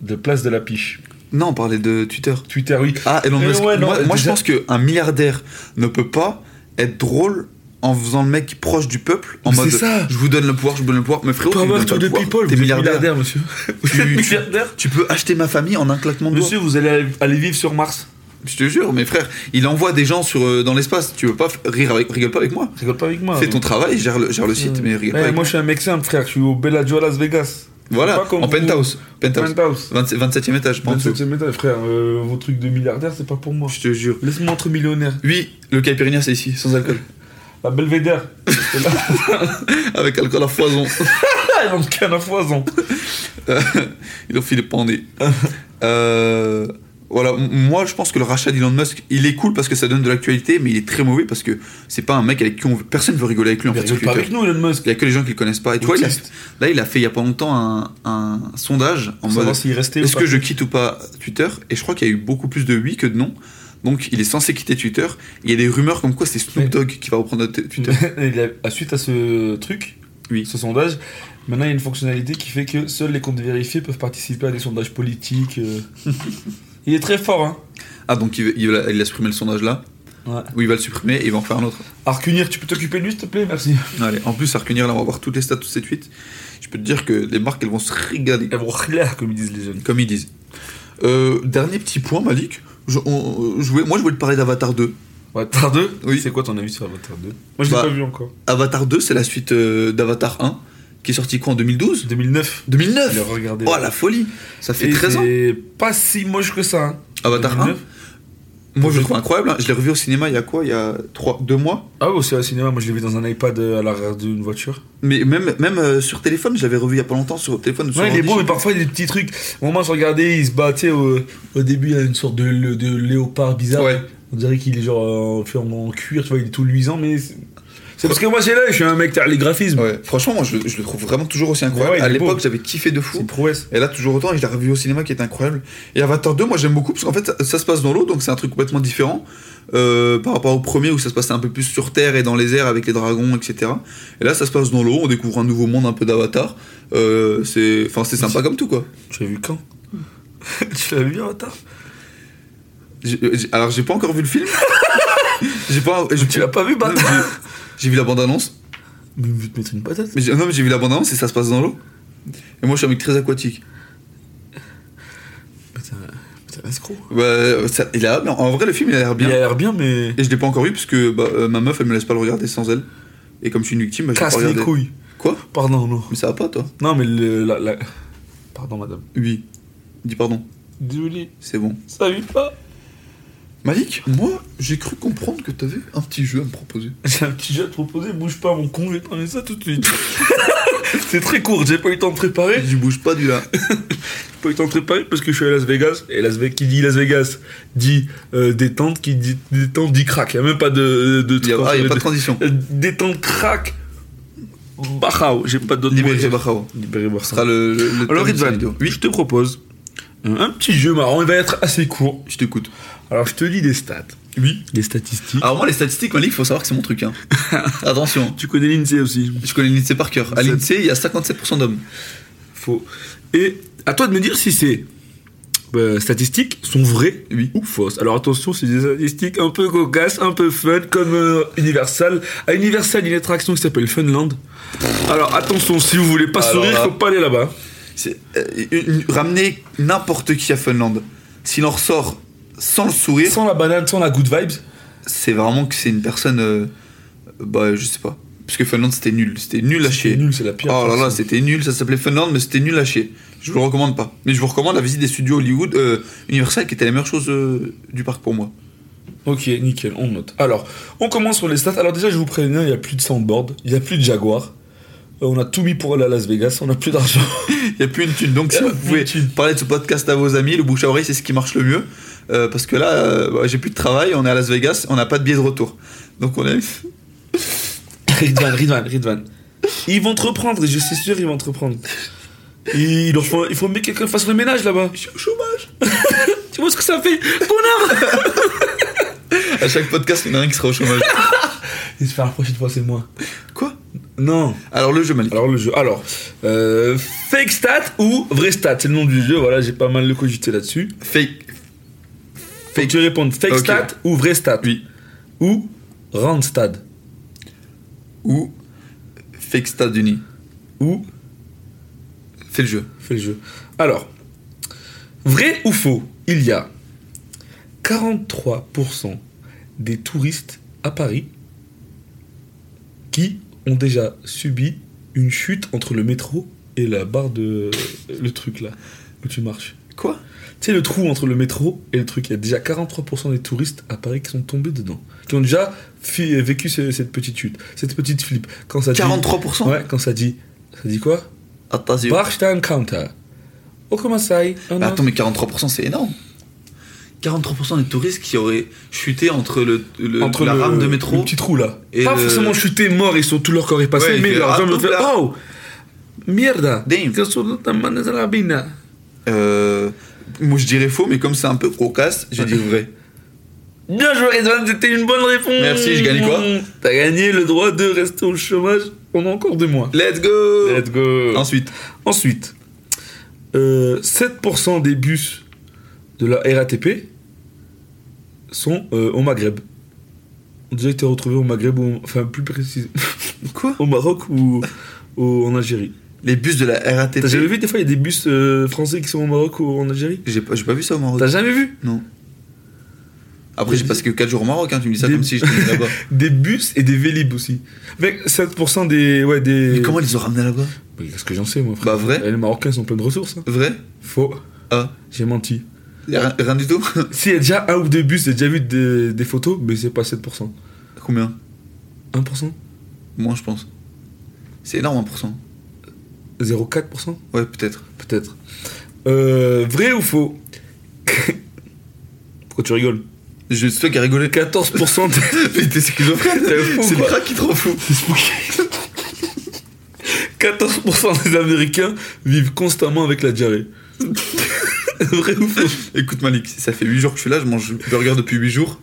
S3: De place de la piche.
S2: Non, on parlait de Twitter.
S3: Twitter, oui.
S2: Ah, Elon
S3: Eh
S2: Musk.
S3: ouais, non,
S2: moi, moi, je
S3: déjà-
S2: pense qu'un milliardaire ne peut pas être drôle en faisant le mec proche du peuple. En
S3: Mais
S2: mode.
S3: c'est ça.
S2: Je vous donne le pouvoir, je vous donne le pouvoir. Mais frérot, tu me donnes pas le pouvoir. T'es milliardaire.
S3: monsieur.
S2: Tu- tu-
S3: milliardaire
S2: Tu peux acheter ma famille en un claquement de doigts.
S3: Monsieur, vous allez aller vivre sur Mars.
S2: Je te jure, mais frère, il envoie des gens sur, euh, dans l'espace. Tu veux pas f- rire avec, rigole pas avec moi.
S3: Rigole pas avec moi.
S2: Fais ton travail, gère le, gère le site, mais rigole pas
S3: Ah, Ouais,
S2: avec
S3: moi,
S2: moi.
S3: je suis un mec simple, frère. Je suis au Bellagio à Las Vegas.
S2: Voilà,
S3: Pas comme
S2: en
S3: vous.
S2: penthouse. Penthouse.
S3: Penthouse.
S2: 27, 27e étage, pas en dessous.
S3: 27ème étage, frère. euh, vos trucs de milliardaire, c'est pas pour moi.
S2: Je te jure.
S3: Laisse-moi entre millionnaire.
S2: Oui, le caipirinha, c'est ici, sans alcool.
S3: La Belvédère. C'est là.
S2: Avec alcool à foison.
S3: Ah, Ils ont canne à foison.
S2: il en file pas en nez. Euh, Voilà, m- moi je pense que le rachat d'Elon Musk, il est cool parce que ça donne de l'actualité, mais il est très mauvais parce que c'est pas un mec avec qui on veut- personne veut rigoler avec lui en
S3: Mais
S2: fait. sur
S3: rigole pas
S2: Twitter.
S3: avec nous, Elon Musk.
S2: Il y a que les gens qui le connaissent pas. Et tu vois, il a-
S3: Autiste.
S2: là il a fait il y a pas longtemps un, un sondage en
S3: Faut
S2: mode
S3: savoir s'il restait ou
S2: Est-ce
S3: pas.
S2: que je quitte ou pas Twitter Et je crois qu'il y a eu beaucoup plus de oui que de non. Donc il est censé quitter Twitter. Il y a des rumeurs comme quoi c'est
S3: Mais- Mm.
S2: Snoop Dogg qui va reprendre t- Twitter.
S3: Il a- à suite à ce truc,
S2: Oui.
S3: ce sondage, maintenant il y a une fonctionnalité qui fait que seuls les comptes vérifiés peuvent participer à des sondages politiques. euh. il est très fort, hein.
S2: Ah donc il, veut- il, veut- il a supprimé le sondage là.
S3: Ouais.
S2: Oui, il va le supprimer et il va en faire un autre.
S3: Arcunir, tu peux t'occuper de lui, s'il te plaît, merci.
S2: Allez, en plus Arcunir là on va voir toutes les stats tout de suite. Je peux te dire que les marques elles vont se régaler.
S3: Et bon, rire, comme ils disent les jeunes.
S2: Comme ils disent. Euh, dernier petit point Malik. Je, on- euh, je voulais- moi je voulais te parler d'Avatar 2.
S3: Avatar 2
S2: Oui.
S3: C'est quoi ton avis sur Avatar 2 Moi, je l'ai
S2: Bah.
S3: pas vu encore.
S2: Avatar 2 c'est la suite euh, d'Avatar 1 qui est sorti quoi en 2012
S3: 2009. Je l'ai
S2: 2009
S3: regardé.
S2: Oh la folie Ça fait 13 ans
S3: C'est pas si moche que ça. hein.
S2: Avatar 1
S3: 2009.
S2: Moi, je le trouve incroyable. hein. Je l'ai revu au cinéma il y a quoi Il y a 3, 2 mois.
S3: Ah, ouais, c'est au cinéma, moi je l'ai vu dans un iPad euh, à l'arrière d'une voiture.
S2: Mais même, même euh, sur téléphone, j'avais revu il y a pas longtemps sur téléphone. Sur
S3: Ouais, il est
S2: ordi.
S3: beau, mais parfois il y a des petits trucs. Au moment où je regardais, il se battait au, au début, il y a une sorte de, le- de léopard bizarre.
S2: Ouais.
S3: On dirait qu'il est genre euh, fait en, en cuir, tu vois, il est tout luisant, mais. C'est c'est parce que moi j'ai l'œil, je suis un mec, t'as les graphismes.
S2: Ouais. Franchement, moi, je, je le trouve vraiment toujours aussi incroyable.
S3: Ouais, il est
S2: à
S3: beau.
S2: l'époque, j'avais kiffé de
S3: C'est une
S2: fou.
S3: prouesse.
S2: Et là, toujours autant, et je l'ai revu au cinéma qui est incroyable. Et Avatar 2, moi, j'aime beaucoup parce qu'en fait, ça, ça se passe dans l'eau, donc c'est un truc complètement différent euh, par rapport au premier où ça se passait un peu plus sur terre et dans les airs avec les dragons, etc. Et là, ça se passe dans l'eau, on découvre un nouveau monde un peu d'Avatar. Euh, c'est enfin, c'est sympa comme tout, quoi.
S3: Tu l'as vu quand Tu l'as vu en retard
S2: J'ai- euh, j'ai- Alors, j'ai pas encore vu le film. j'ai pas. j'ai-
S3: Tu l'as pas vu,
S2: Non, mais
S3: bâtard
S2: j'ai- J'ai vu la bande-annonce.
S3: Mais je vais te mettre une patate.
S2: Mais j'ai- Non, mais j'ai vu la bande-annonce et ça se passe dans l'eau. Et moi, je suis un mec très aquatique.
S3: Putain, putain, c'est l'escroc.
S2: Bah, ça- il a, mais en vrai, le film, il a l'air
S3: Il
S2: bien.
S3: a l'air bien, mais.
S2: Et je l'ai pas encore vu parce que bah, euh, ma meuf, elle me laisse pas le regarder sans elle. Et comme je suis une victime, bah, je l'ai pas
S3: Casse les
S2: regardé.
S3: couilles.
S2: Quoi
S3: Pardon, non.
S2: Mais ça va pas, toi
S3: Non, mais le, la, la- Pardon, madame.
S2: Oui. Dis pardon,
S3: Désolé,
S2: c'est bon.
S3: ça vit pas.
S2: Malik, moi, j'ai cru comprendre que t'avais un petit jeu à me proposer.
S3: J'ai un petit jeu à te proposer, bouge pas, mon con, j'ai parlé ça tout de suite. c'est très court, j'ai pas eu le temps de préparer.
S2: Je bouge pas du là.
S3: J'ai pas eu le temps de préparer parce que je suis à Las Vegas. Et Las Vegas, qui dit Las Vegas dit euh, détente, qui dit détente dit crack. Y a même pas de. de,
S2: Il y a, ah, il y a pas de transition.
S3: Euh, Détente crack. Bachao, j'ai pas d'autre
S2: Libéré
S3: mot.
S2: Bachao.
S3: Libéré
S2: Ce
S3: Bachao.
S2: sera le. le- le thème
S3: Alors
S2: de cette
S3: Ridvan,
S2: vidéo.
S3: oui. je te propose euh, un petit jeu marrant, il va être assez court.
S2: Je t'écoute.
S3: Alors je te lis des stats. Oui. Des statistiques.
S2: Alors, moi, les statistiques, Malik, faut savoir que c'est mon truc. Hein. Attention.
S3: Tu connais l'INSEE aussi.
S2: Je connais l'INSEE par cœur. À
S3: C'est-
S2: l'INSEE, il y a 57% d'hommes.
S3: Faux. Et à toi de me dire si ces euh, statistiques sont vraies
S2: Oui.
S3: ou fausses. Alors attention, c'est des statistiques un peu cocasses, un peu fun, comme euh, Universal. À Universal, il y a une attraction qui s'appelle Funland. Alors attention, si vous voulez pas
S2: Alors
S3: sourire,
S2: là.
S3: faut pas aller là-bas.
S2: C'est, euh, une- une- ramener n'importe qui à Funland, s'il en ressort sans le sourire,
S3: Sans la banane, sans la good vibes.
S2: c'est vraiment que c'est une personne. euh, bah, je sais pas. Parce que Funland, c'était nul. C'était nul à
S3: C'est
S2: chier.
S3: nul, c'est la pire.
S2: Oh là là,
S3: attraction.
S2: c'était nul. Ça s'appelait Funland, mais c'était nul à chier. Je vous le recommande pas. Mais je vous recommande la visite des studios Hollywood, euh, Universal, qui était la meilleure chose euh, du parc pour moi.
S3: Ok, nickel, on note. Alors, on commence sur les stats. Alors déjà, je vous préviens, il n'y a plus de soundboard, il n'y a plus de Jaguar. Euh, On a tout mis pour aller à Las Vegas, on n'a plus d'argent.
S2: Il n'y a plus une thune. Donc, si
S3: Y a
S2: vous
S3: plus
S2: pouvez
S3: une thune.
S2: parler de ce podcast à vos amis, le bouche à oreille, c'est ce qui marche le mieux. Euh, parce que là, euh, bah, j'ai plus de travail, on est à Las Vegas, on n'a pas de billet de retour. Donc, on est.
S3: Ridvan, Ridvan, Ridvan. Ils vont te reprendre, je suis sûr, ils vont te reprendre. Il leur faut, il faut bien que quelqu'un fasse le ménage là-bas.
S2: Je suis au chômage.
S3: Tu vois ce que ça fait Connard
S2: À chaque podcast, il y en a un qui sera au chômage.
S3: J'espère la prochaine fois, c'est moi.
S2: Quoi
S3: Non.
S2: Alors, le jeu, Malik.
S3: Alors le jeu. Alors, euh, fake stat ou vrai stat C'est le nom du jeu, voilà, j'ai pas mal le cogité là-dessus.
S2: Fake.
S3: Faut que tu répondes fake
S2: Ok.
S3: stat ou vrai stat
S2: Oui.
S3: Ou Randstad
S2: Ou fake stade uni.
S3: Ou
S2: Fais le jeu.
S3: Fais le jeu. Alors, vrai ou faux, il y a 43% des touristes à Paris qui ont déjà subi une chute entre le métro et la barre de. euh, le truc là, où tu marches.
S2: Quoi
S3: Tu sais, le trou entre le métro et le truc, il y a déjà 43% des touristes à Paris qui sont tombés dedans, qui ont déjà fi- vécu ce- cette petite chute, cette petite flip. Quand ça dit-
S2: 43%
S3: Ouais, quand ça dit. Ça dit quoi
S2: Attention.
S3: Barsteincounter. Au Komasai.
S2: Mais Bah, attends, mais 43% c'est énorme. 43% des touristes qui auraient chuté entre, le, le- euh, la rame de métro.
S3: Le petit trou là.
S2: Et
S3: pas
S2: le-
S3: forcément chuté, mort, ils sont tout leur corps est passé,
S2: Ouais, il
S3: mais
S2: fait,
S3: leurs jambes
S2: ah,
S3: ont fait.
S2: là.
S3: Oh Mierda
S2: Damn.
S3: Que sont dans ta main dans la bina.
S2: Euh, moi je dirais faux, mais comme c'est un peu cocasse, je dis vrai.
S3: Bien joué, Edouard, c'était une bonne réponse.
S2: Merci, je gagne quoi
S3: T'as gagné le droit de rester au chômage pendant encore deux mois.
S2: Let's go
S3: Let's go
S2: Ensuite,
S3: Ensuite, euh, 7% des bus de la RATP sont euh, au Maghreb. On dirait que t'es retrouvé au Maghreb, ou, enfin plus précisément,
S2: quoi
S3: au Maroc ou, ou en Algérie.
S2: Les bus de la
S3: T'as
S2: RATP.
S3: jamais vu des fois, il y a des bus euh, français qui sont au Maroc ou en Algérie
S2: J'ai pas, j'ai pas vu ça au Maroc.
S3: T'as jamais vu
S2: Non. Après, j'ai passé que 4 jours au Maroc, hein, tu me dis ça
S3: Des-
S2: comme si j'étais né là-bas.
S3: Des bus et des Vélib aussi. Avec 7% des... Ouais, des...
S2: Mais comment ils les ont ramenés là-bas
S3: Mais Qu'est-ce que j'en sais, moi,
S2: Bah,
S3: frère
S2: vrai
S3: Les Marocains sont pleins de ressources. hein.
S2: Vrai
S3: Faux.
S2: Ah,
S3: J'ai menti.
S2: y a rien, rien du tout
S3: S'il y a déjà un ou deux bus, j'ai déjà vu des, des photos, mais c'est pas 7%.
S2: Combien
S3: 1%
S2: Moins, je pense. C'est énorme, 1%.
S3: 0,4%
S2: Ouais, peut-être.
S3: Peut-être. Euh, vrai ou faux Pourquoi tu rigoles
S2: Je suis toi qui a rigolé.
S3: 14% des...
S2: Mais t'es schizophrène
S3: T'es fou,
S2: C'est le
S3: quoi.
S2: crack qui te rend fou
S3: 14% des Américains vivent constamment avec la diarrhée. vrai ou faux
S2: Écoute Malik, ça fait 8 jours que je suis là, je mange du burger depuis 8 jours.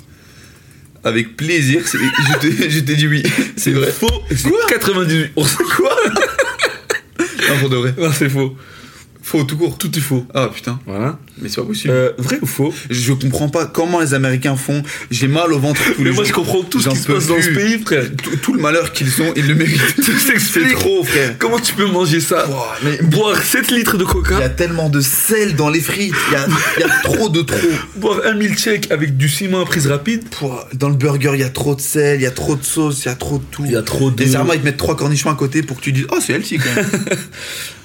S2: Avec plaisir, c'est- je t'ai- je t'ai dit oui, c'est vrai.
S3: Faux et c'est 98%.
S2: Quoi Non, pour de vrai.
S3: non, c'est faux.
S2: Faux tout court.
S3: Tout est faux.
S2: Ah putain,
S3: Voilà.
S2: mais c'est pas possible.
S3: Euh, vrai ou faux
S2: Je comprends pas comment les Américains font. J'ai mal au ventre tous les
S3: Mais moi je
S2: jours.
S3: comprends tout ce
S2: J'en
S3: qui se
S2: peux
S3: passe dans ce
S2: plus.
S3: pays, frère.
S2: Tout, tout le malheur qu'ils ont, ils le méritent.
S3: Tout
S2: C'est
S3: s'explique.
S2: trop, frère.
S3: Comment tu peux manger ça
S2: Ouah, mais
S3: Boire 7 litres de
S2: il y
S3: coca,
S2: a tellement de sel dans les frites. Il y a, il y a trop de trop.
S3: boire un milkshake avec du ciment à prise rapide.
S2: Pouah, Dans le burger, il y a trop de sel, il y a trop de sauce, il y a trop de tout.
S3: Il y a trop de.
S2: Les Allemands, ils te mettent trois cornichons à côté pour que tu dises Oh, c'est healthy quand même.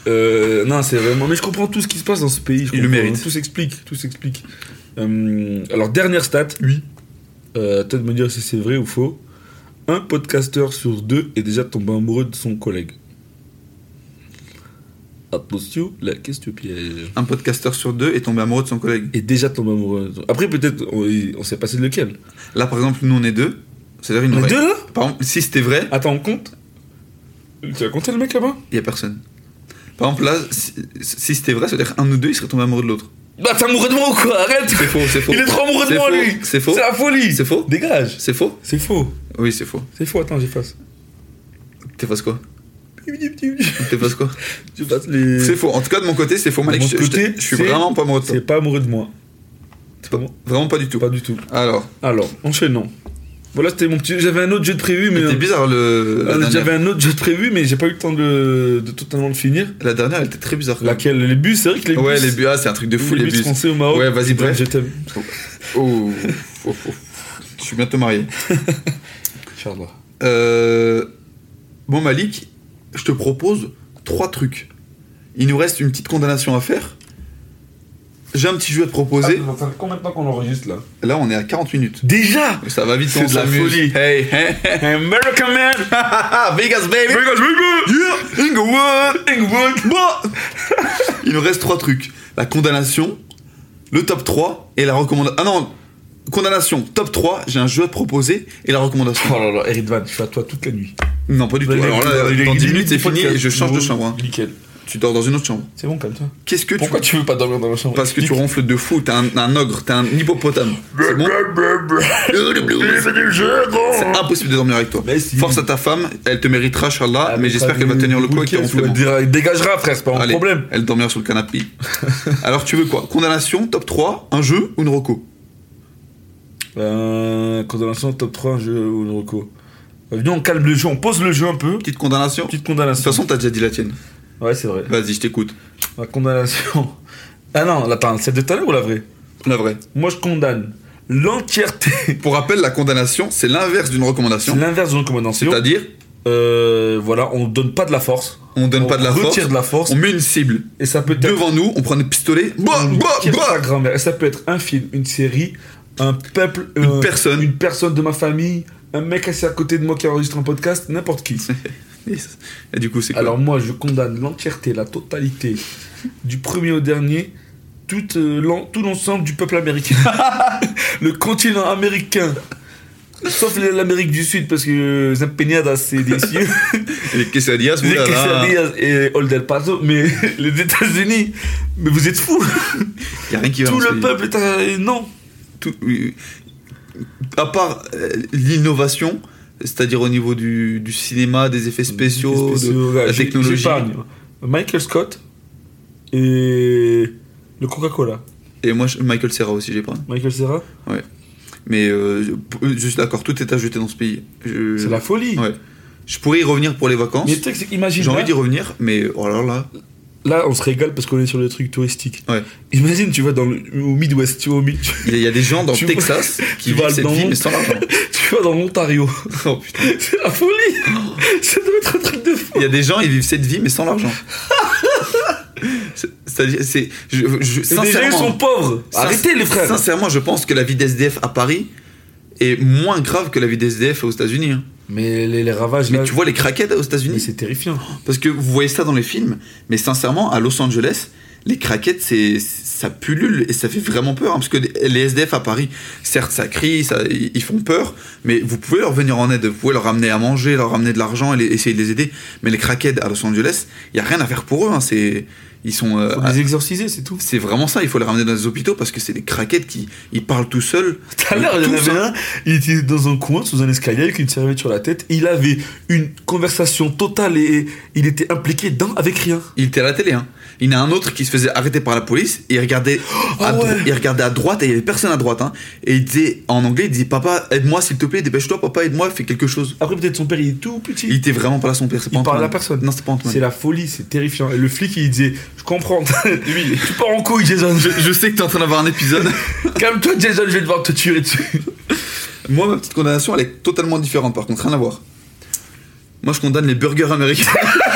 S3: Euh, non, c'est vraiment. Mais je comprends tout ce qui se passe dans ce pays. je
S2: Il le
S3: comprends.
S2: mérite.
S3: Tout s'explique. Tout s'explique. Euh, alors, dernière stat. Oui. Euh, Peut-être me dire si c'est vrai ou faux. Un podcasteur sur deux est déjà tombé amoureux de son collègue. Attention, la question piège.
S2: Un podcasteur sur deux est tombé amoureux de son collègue.
S3: Est déjà tombé amoureux. de son- Après, peut-être on, on s'est passé de lequel
S2: Là, par exemple, nous on est deux. C'est-à-dire, il nous
S3: Les
S2: reste-
S3: deux là
S2: Par exemple, si c'était vrai,
S3: Attends, on compte Tu as compté le mec là-bas
S2: il y a personne. Par exemple, là, si, si c'était vrai, c'est-à-dire un ou deux, ils seraient tombés amoureux de l'autre.
S3: Bah, t'es amoureux de moi ou quoi Arrête
S2: C'est faux, c'est faux.
S3: Il est trop amoureux de
S2: C'est
S3: moi
S2: faux,
S3: lui
S2: C'est faux.
S3: C'est la folie
S2: C'est faux.
S3: Dégage
S2: C'est faux
S3: C'est faux
S2: Oui, c'est faux.
S3: C'est faux, attends, j'efface.
S2: T'effaces quoi
S3: Je
S2: T'effaces quoi
S3: passe les.
S2: C'est faux. En tout cas, de mon côté, c'est faux, Malik.
S3: Euh, mon
S2: Je- je-
S3: côté,
S2: je, suis
S3: c'est-
S2: vraiment pas amoureux de toi.
S3: C'est pas amoureux de moi. C'est pas bon
S2: Vraiment pas du tout.
S3: Pas du tout.
S2: Alors,
S3: Alors, enchaînons. Voilà, c'était mon petit. J'avais un autre jeu de prévu, mais.
S2: c'était bizarre le. La
S3: Euh,
S2: dernière.
S3: J'avais un autre jeu de prévu, mais j'ai pas eu le temps de, de totalement le finir.
S2: la dernière, elle était très bizarre. quand même.
S3: Laquelle Les bus, c'est vrai que les
S2: Ouais,
S3: bus.
S2: les bus, ah, c'est un truc de fou,
S3: les
S2: les
S3: bus
S2: bus.
S3: français au Maroc.
S2: Ouais, vas-y, bref.
S3: Je t'aime.
S2: Oh, oh, oh. Je suis bientôt marié.
S3: Inch'Allah.
S2: Euh, Bon, Malik, je te propose trois trucs. Il nous reste une petite condamnation à faire. J'ai un petit jeu à te proposer.
S3: Ça fait combien de temps qu'on enregistre là
S2: Là, on est à 40 minutes.
S3: Déjà
S2: Ça va vite,
S3: C'est
S2: on
S3: de la
S2: s'amuse.
S3: folie.
S2: Hey, hey, hey.
S3: American Man
S2: Ah, Vegas, baby. Yeah, Inglewood. Bon. Il nous reste trois trucs. La condamnation, le top 3 et la recommandation. Ah non, condamnation, top 3, j'ai un jeu à te proposer et la recommandation.
S3: Oh là là, Eric Van, je suis à toi toute la nuit.
S2: Non, pas du tout. Alors là, dans 10 minutes, c'est fini et je change de chambre. hein.
S3: Nickel.
S2: Tu dors dans une autre chambre.
S3: C'est bon comme ça.
S2: Qu'est-ce que
S3: Pourquoi
S2: tu...
S3: tu veux pas dormir dans la chambre
S2: Parce que tu ronfles de fou, t'es un, un ogre, t'es un hippopotame. C'est bon C'est impossible de dormir avec toi.
S3: Mais si. Ah,
S2: Force à ta femme, elle te méritera, Inch'Allah, Ah, mais j'espère qu'elle va tenir le coup et qu'elle ronfle.
S3: Il dégagera, frère, c'est pas mon
S2: Allez,
S3: problème.
S2: elle dormira sur le canapé. Alors tu veux quoi Condamnation, top 3, un jeu ou une reco
S3: Euh, condamnation top 3, un jeu ou une reco. Euh, Viens, on calme le jeu, on pose le jeu un peu.
S2: Petite condamnation De
S3: Petite
S2: toute
S3: condamnation.
S2: façon, t'as déjà dit la tienne.
S3: Ouais, c'est vrai.
S2: Vas-y, je t'écoute.
S3: La condamnation. Ah non, attends, celle de tout à l'heure ou la vraie
S2: La vraie.
S3: Moi, je condamne l'entièreté.
S2: Pour rappel, la condamnation, c'est l'inverse d'une
S3: C'est
S2: recommandation.
S3: l'inverse d'une recommandation.
S2: C'est-à-dire,
S3: Euh, voilà, on donne pas de la force.
S2: on donne pas de la
S3: retire
S2: force,
S3: de la force.
S2: on met une cible.
S3: Et ça peut être.
S2: Devant nous, on prend des pistolets. Bah,
S3: on
S2: bah,
S3: tire
S2: bah.
S3: sa grand-mère. Et ça peut être un film, une série, un peuple, euh,
S2: personne.
S3: une personne de ma famille, un mec assis à côté de moi qui enregistre un podcast, n'importe qui.
S2: Et, et du coup, c'est quoi
S3: Alors moi, je condamne l'entièreté, la totalité, du premier au dernier, tout, euh, l'en- tout l'ensemble du peuple américain, le continent américain. Sauf l'Amérique du Sud, parce que Zempeñada, c'est délicieux.
S2: Les quesadillas,
S3: Les
S2: oulala.
S3: Quesadillas et Old El Paso, mais les États-Unis, mais vous êtes fous!
S2: Y a rien qui va
S3: Tout
S2: dans ce
S3: le
S2: pays.
S3: peuple est un- Non!
S2: Tout- oui, oui. À part euh, l'innovation, c'est-à-dire au niveau du, du cinéma, des effets spéciaux,
S3: Des
S2: de
S3: spéciaux, ouais,
S2: la
S3: j'ai-
S2: technologie.
S3: j'épargne. Michael Scott et le Coca-Cola.
S2: Et moi, je- Michael Serra aussi, j'ai pas.
S3: Michael Serra,
S2: Mais euh, je- je suis d'accord, tout est à jeter dans ce pays. Je...
S3: c'est la folie.
S2: Euh, Ouais. Je pourrais y revenir pour les vacances.
S3: Mais le truc, c'est qu'imagine.
S2: J'ai envie
S3: Là,
S2: d'y revenir, mais oh là là.
S3: là, on se régale parce qu'on est sur le truc touristique.
S2: Ouais.
S3: Imagine, tu vas dans le, au Midwest, tu vas, au, mi- tu,
S2: Il y, a- il y a des gens dans le
S3: Tu-
S2: Texas qui
S3: tu vas
S2: vivent cette
S3: dans-
S2: vie, mais sans l'argent.
S3: tu vas dans l'Ontario.
S2: Oh, putain.
S3: c'est la folie.
S2: Oh.
S3: Ça doit être un truc de fou.
S2: Il y a des gens, ils vivent cette vie, mais sans l'argent. C'est- C'est-à-dire, c'est. Je, je-
S3: Et déjà, ils
S2: sincèrement.
S3: sont pauvres.
S2: sin-
S3: Arrêtez, les frères.
S2: Sincèrement, je pense que la vie d'SDF à Paris est moins grave que la vie d'SDF aux États-Unis. hein.
S3: Mais les, les ravages,
S2: Mais
S3: là,
S2: tu vois les craquettes aux
S3: mais
S2: États-Unis
S3: c'est terrifiant.
S2: Parce que vous voyez ça dans les films, mais sincèrement, à Los Angeles, les craquettes, c'est, ça pullule et ça fait vraiment peur. hein, parce que les SDF à Paris, certes, ça crie, ça, ils font peur, mais vous pouvez leur venir en aide, vous pouvez leur ramener à manger, leur ramener de l'argent et les- essayer de les aider. Mais les craquettes à Los Angeles, il y a rien à faire pour eux. hein, c'est, ils sont. euh,
S3: Faut les exorciser, c'est tout.
S2: c'est vraiment ça, il faut les ramener dans les hôpitaux parce que c'est des craquettes qui ils parlent tout seuls.
S3: Tout à l'heure, il y en
S2: Tous,
S3: avait un, il était dans un coin, sous un escalier, avec une serviette sur la tête. Il avait une conversation totale et il était impliqué dans avec rien.
S2: Il était à la télé. Hein. Il y en a un autre qui se faisait arrêter par la police, il regardait, à, dro-
S3: Oh, ouais.
S2: il regardait à droite et il y avait personne à droite. hein. et il disait en anglais, il disait Papa, aide-moi s'il te plaît, dépêche-toi, papa, aide-moi, fais quelque chose.
S3: Après, peut-être son père, il est tout petit.
S2: Il était vraiment pas là son père. c'est
S3: Il
S2: pas
S3: parle à
S2: Ant-Man.
S3: personne.
S2: Non, c'est pas Ant-Man.
S3: C'est la folie, c'est terrifiant. Et le flic, il disait Je comprends. tu pars en couille, Jason.
S2: Je, je sais que t'es en train d'avoir un épisode.
S3: Calme-toi, Jason, je vais devoir te tuer dessus.
S2: Moi, ma petite condamnation, elle est totalement différente par contre, rien à voir. Moi, je condamne les burgers américains.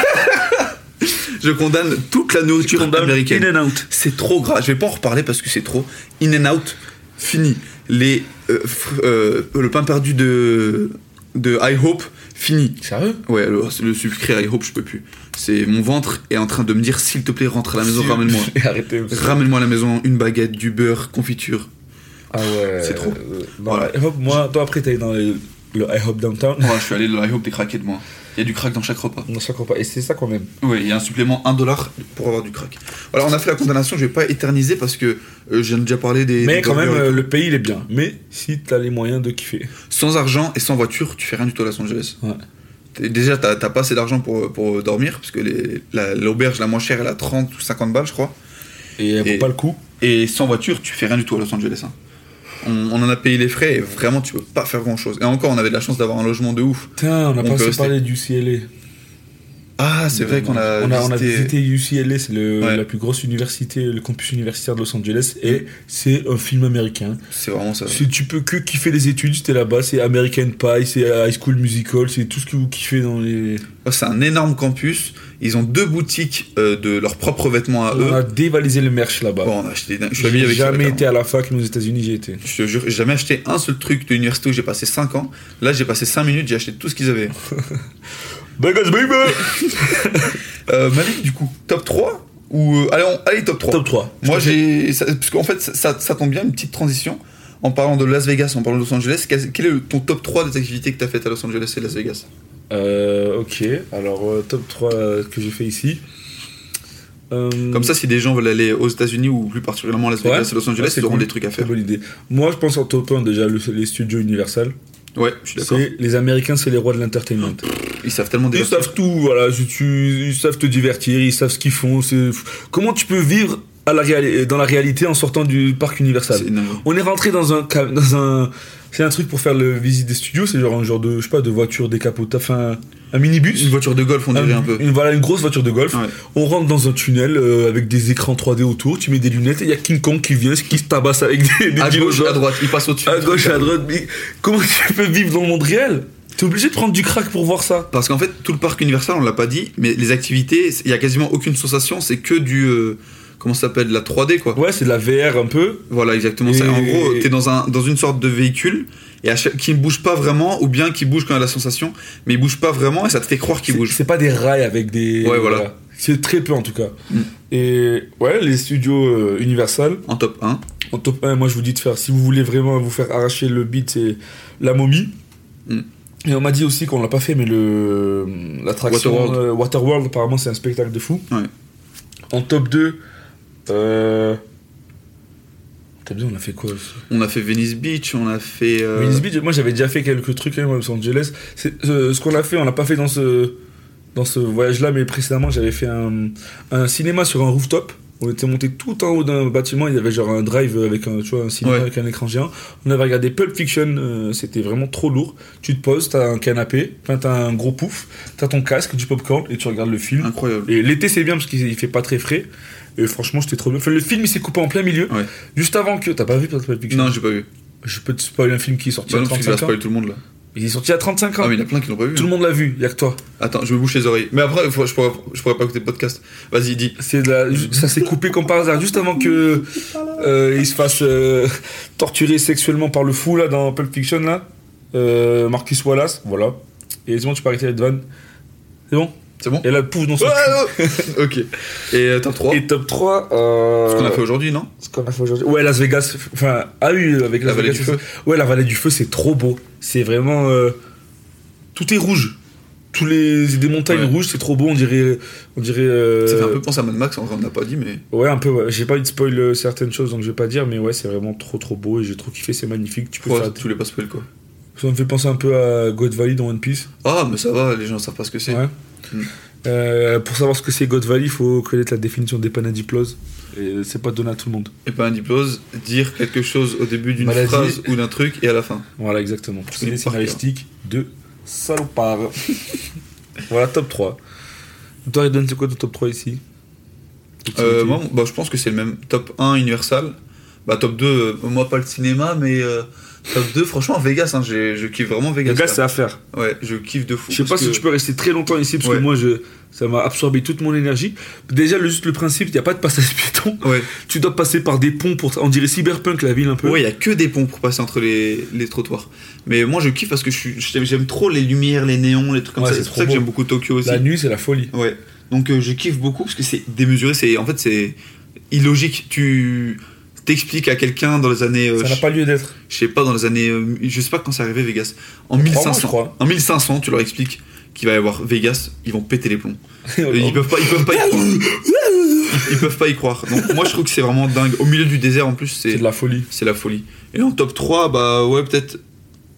S2: je condamne toute la nourriture américaine.
S3: In and out.
S2: C'est trop gras. Je vais pas en reparler parce que c'est trop. In and out, fini. Les, euh, fr- euh, le pain perdu de, de I Hope, fini.
S3: Sérieux
S2: Ouais, le, le sucré I Hope, je peux plus. C'est mon ventre est en train de me dire s'il te plaît, rentre à la maison,
S3: Si-
S2: ramène-moi.
S3: Arrêtez.
S2: Ramène-moi à la maison une baguette, du beurre, confiture.
S3: Ah ouais.
S2: C'est trop.
S3: Euh, non,
S2: Voilà.
S3: I hope, moi, toi, après, t'es allé dans le, le I Hope Downtown.
S2: Ouais, je suis allé dans I Hope des craquettes, moi. Il y a du crack dans chaque repas.
S3: On s'en comprend pas. Et c'est ça qu'on aime.
S2: Oui, il y a un supplément 1$ dollar pour avoir du crack. Alors on a fait la condamnation, je vais pas éterniser parce que euh, j'ai déjà parlé des.
S3: Mais
S2: des
S3: quand même,
S2: burgers.
S3: euh, le pays, il est bien. Mais si t'as les moyens de kiffer.
S2: Sans argent et sans voiture, tu fais rien du tout à Los Angeles.
S3: Ouais.
S2: T'es- Déjà, t'as t'as pas assez d'argent pour, pour dormir parce que les- la- l'auberge la, moins chère elle a 30 ou 50 balles, je crois.
S3: Et, pour
S2: Et-
S3: pas le coup.
S2: Et sans voiture, tu fais rien du tout à Los Angeles. hein. On, on en a payé les frais et vraiment, tu peux pas faire grand chose. Et encore, on avait de la chance d'avoir un logement de ouf.
S3: Putain, on a
S2: On
S3: pas
S2: peut
S3: assez
S2: rester.
S3: parlé du CLA.
S2: Ah, c'est vrai qu'on a,
S3: on a, on a
S2: visité-
S3: visité UCLA, c'est le-
S2: Ouais.
S3: la plus grosse université, le campus universitaire de Los Angeles, et c'est un film américain.
S2: C'est vraiment ça.
S3: Si tu peux que kiffer les études, c'était là-bas, c'est American Pie, c'est euh, High School Musical, c'est tout ce que vous kiffez dans les.
S2: Ouais, C'est un énorme campus. Ils ont deux boutiques euh, de leurs propres vêtements à
S3: On
S2: eux.
S3: a dévalisé le merch là-bas.
S2: Euh. Bon, on a acheté. Je suis ami
S3: J'ai
S2: avec
S3: jamais
S2: Sébastien.
S3: été à la fac, mais aux États-Unis j'ai été.
S2: Je te jure, j'ai jamais acheté un seul truc de l'université où j'ai passé 5 ans. Là, j'ai passé 5 minutes, j'ai acheté tout ce qu'ils avaient.
S3: Bagas baby
S2: Euh, Malik, du coup, top 3 ou euh, allez, on- allez, top 3.
S3: Top 3.
S2: Moi, j'ai. ça- Parce qu'en fait, ça, ça- ça tombe bien, une petite transition. En parlant de Las Vegas, en parlant de Los Angeles, quel quel est le- ton top 3 des activités que tu as faites à Los Angeles et Las Vegas
S3: Euh, ok, alors euh, top 3 euh, que j'ai fait ici. Euh,
S2: Comme ça, si des gens veulent aller aux États-Unis ou plus particulièrement à Las
S3: Ouais.
S2: Vegas et Los Angeles,
S3: Ouais, c'est
S2: ils auront
S3: cool.
S2: des trucs à
S3: très
S2: faire.
S3: bonne idée. Moi je pense en top 1 déjà le- les studios Universal.
S2: Ouais, je suis d'accord.
S3: C'est les Américains, c'est les rois de l'entertainment.
S2: Ils savent tellement des
S3: Ils savent tout, voilà. si tu- ils savent te divertir, ils savent ce qu'ils font. c'est- Comment tu peux vivre à la réali- dans la réalité en sortant du parc
S2: C'est
S3: Universal
S2: énorme.
S3: On est rentré dans un, ca- dans un, c'est un truc pour faire le visite des studios. C'est genre un genre de, je sais pas, de voiture décapotable, enfin un minibus.
S2: Une voiture de golf, on dirait un peu.
S3: Une, voilà, une grosse voiture de golf.
S2: Ouais.
S3: On rentre dans un tunnel euh, avec des écrans 3D autour. Tu mets des lunettes et il y a King Kong qui vient, qui se tabasse avec des, des
S2: À gauche,
S3: dinosaures.
S2: à droite, ils passent au-dessus.
S3: à gauche, à droite. Mais comment tu peux vivre dans le monde réel T'es obligé de prendre du crack pour voir ça.
S2: Parce qu'en fait, tout le parc universel, on l'a pas dit, mais les activités, il y a quasiment aucune sensation, c'est que du. euh, comment ça s'appelle La 3D, quoi.
S3: Ouais, c'est de la VR un peu.
S2: Voilà, exactement ça. En
S3: Et-
S2: gros, t'es dans, un, dans une sorte de véhicule et à chaque- qui ne bouge pas vraiment, ou bien qui bouge quand il y a la sensation, mais il bouge pas vraiment et ça te fait croire qu'il
S3: C'est-
S2: bouge.
S3: C'est pas des rails avec des.
S2: Ouais, voilà.
S3: C'est très peu en tout cas.
S2: Mm.
S3: Et ouais, les studios euh, Universal,
S2: En top 1.
S3: en top 1, moi je vous dis de faire, si vous voulez vraiment vous faire arracher le beat, c'est la momie.
S2: Mm.
S3: Et on m'a dit aussi qu'on l'a pas fait, mais le l'attraction
S2: Waterworld.
S3: euh, Waterworld, apparemment c'est un spectacle de fou.
S2: Ouais.
S3: En top 2, euh... top 2 on a fait quoi aussi
S2: On a fait Venice Beach, on a fait. euh,
S3: Venice Beach, moi j'avais déjà fait quelques trucs hein, moi, à Los Angeles. C'est, euh, ce qu'on a fait, on l'a pas fait dans ce, dans ce voyage-là, mais précédemment j'avais fait un, un cinéma sur un rooftop. On était monté tout en haut d'un bâtiment, il y avait genre un drive avec un, tu vois, un cinéma
S2: Ouais.
S3: avec un écran géant. On avait regardé Pulp Fiction, euh, c'était vraiment trop lourd. Tu te poses, t'as un canapé, enfin t'as un gros pouf, t'as ton casque, du popcorn et tu regardes le film.
S2: Incroyable.
S3: Et l'été c'est bien parce qu'il il fait pas très frais. Et franchement c'était trop bien. Enfin, le film il s'est coupé en plein milieu,
S2: Ouais.
S3: juste avant que. T'as pas vu Pulp Fiction
S2: Non, j'ai pas vu.
S3: je peux te spoiler un film qui est sorti
S2: Bah
S3: à
S2: non, parce que tu vas
S3: 35 ans.
S2: spoiler tout le monde là.
S3: Il est sorti à 35 ans.
S2: Ah, mais il y en a plein qui l'ont pas vu.
S3: Tout le monde l'a vu, il a que toi.
S2: Attends, je me bouche les oreilles. Mais après, faut- je, pourrais, je pourrais pas écouter le podcast. Vas-y, dis.
S3: C'est de la- ju- Ça s'est coupé comme par hasard, juste avant que euh, il se fasse euh, torturer sexuellement par le fou là dans Pulp Fiction là, Euh, Marcus Wallace, voilà. Et c'est bon, tu peux arrêter de vanne. C'est bon.
S2: C'est bon
S3: Et là, pouf dans son.
S2: Ok. Et euh, top 3
S3: Et top 3 euh,
S2: Ce qu'on a fait aujourd'hui, non
S3: ce qu'on a fait aujourd'hui. Ouais, Las Vegas. Enfin, ah oui, avec
S2: La
S3: Las
S2: vallée
S3: Vegas.
S2: du
S3: c'est- Ouais, la vallée du feu, c'est trop beau. C'est vraiment. euh, tout est rouge. Tous les c'est des montagnes
S2: Ouais.
S3: rouges, c'est trop beau. On dirait, on dirait. euh,
S2: Ça fait un peu penser à Mad Max, en vrai, on n'a pas dit, mais.
S3: Ouais, un peu. ouais. J'ai pas envie de spoil euh, certaines choses, donc je vais pas dire. Mais ouais, c'est vraiment trop, trop beau et j'ai trop kiffé. C'est magnifique. Tu peux
S2: Pourquoi
S3: faire.
S2: tu voulais pas spoil quoi
S3: Ça me fait penser un peu à God Valley dans One Piece.
S2: Ah, mais ça va, les gens savent pas ce que c'est.
S3: Ouais.
S2: Mm.
S3: Euh, pour savoir ce que c'est God Valley, il faut connaître la définition des panadiploses. Et c'est pas donné à tout le monde.
S2: Et pas un diplose, dire quelque chose au début d'une
S3: Maladie.
S2: phrase ou d'un truc et à la fin.
S3: Voilà, exactement.
S2: connais
S3: les
S2: par cœur.
S3: scénaristiques de salopard. voilà, top 3. Toi, Eden, c'est quoi ton top 3 ici
S2: Euh, moi, bah, je pense que c'est le même. Top 1, Universal. Bah, top 2, euh, moi, pas le cinéma, mais euh, top 2, franchement, Vegas. hein, j'ai- je kiffe vraiment Vegas.
S3: Les gars, c'est
S2: là.
S3: à faire.
S2: Ouais, je kiffe de fou.
S3: Je sais pas
S2: parce
S3: si
S2: que-
S3: tu peux rester très longtemps ici, parce que
S2: Ouais.
S3: moi, je, ça m'a absorbé toute mon énergie. Déjà, le, juste le principe, il n'y a pas de passage piéton.
S2: Ouais,
S3: Tu dois passer par des ponts pour. On dirait cyberpunk, la ville un peu.
S2: Ouais, il y a que des ponts pour passer entre les, les trottoirs. Mais moi, je kiffe parce que je suis- je- j'aime trop les lumières, les néons, les trucs comme
S3: Ouais,
S2: ça.
S3: c'est
S2: C'est pour
S3: trop
S2: ça que
S3: beau.
S2: j'aime beaucoup Tokyo aussi.
S3: la nuit, c'est la folie.
S2: Ouais. Donc euh, je kiffe beaucoup parce que c'est démesuré, c'est en fait c'est illogique. Tu t'expliques à quelqu'un dans les années euh,
S3: ça n'a
S2: je
S3: pas lieu d'être.
S2: je sais pas dans les années euh, je sais pas quand c'est arrivé Vegas en
S3: Trois mois,
S2: 1500
S3: je crois.
S2: en 1500 tu leur expliques qu'il va y avoir Vegas, ils vont péter les plombs. Et ils peuvent pas ils peuvent pas y croire. Ils, ils peuvent pas y croire. Donc moi je trouve que c'est vraiment dingue au milieu du désert en plus
S3: c'est
S2: c'est
S3: de la folie.
S2: c'est la folie. Et en top 3 bah ouais peut-être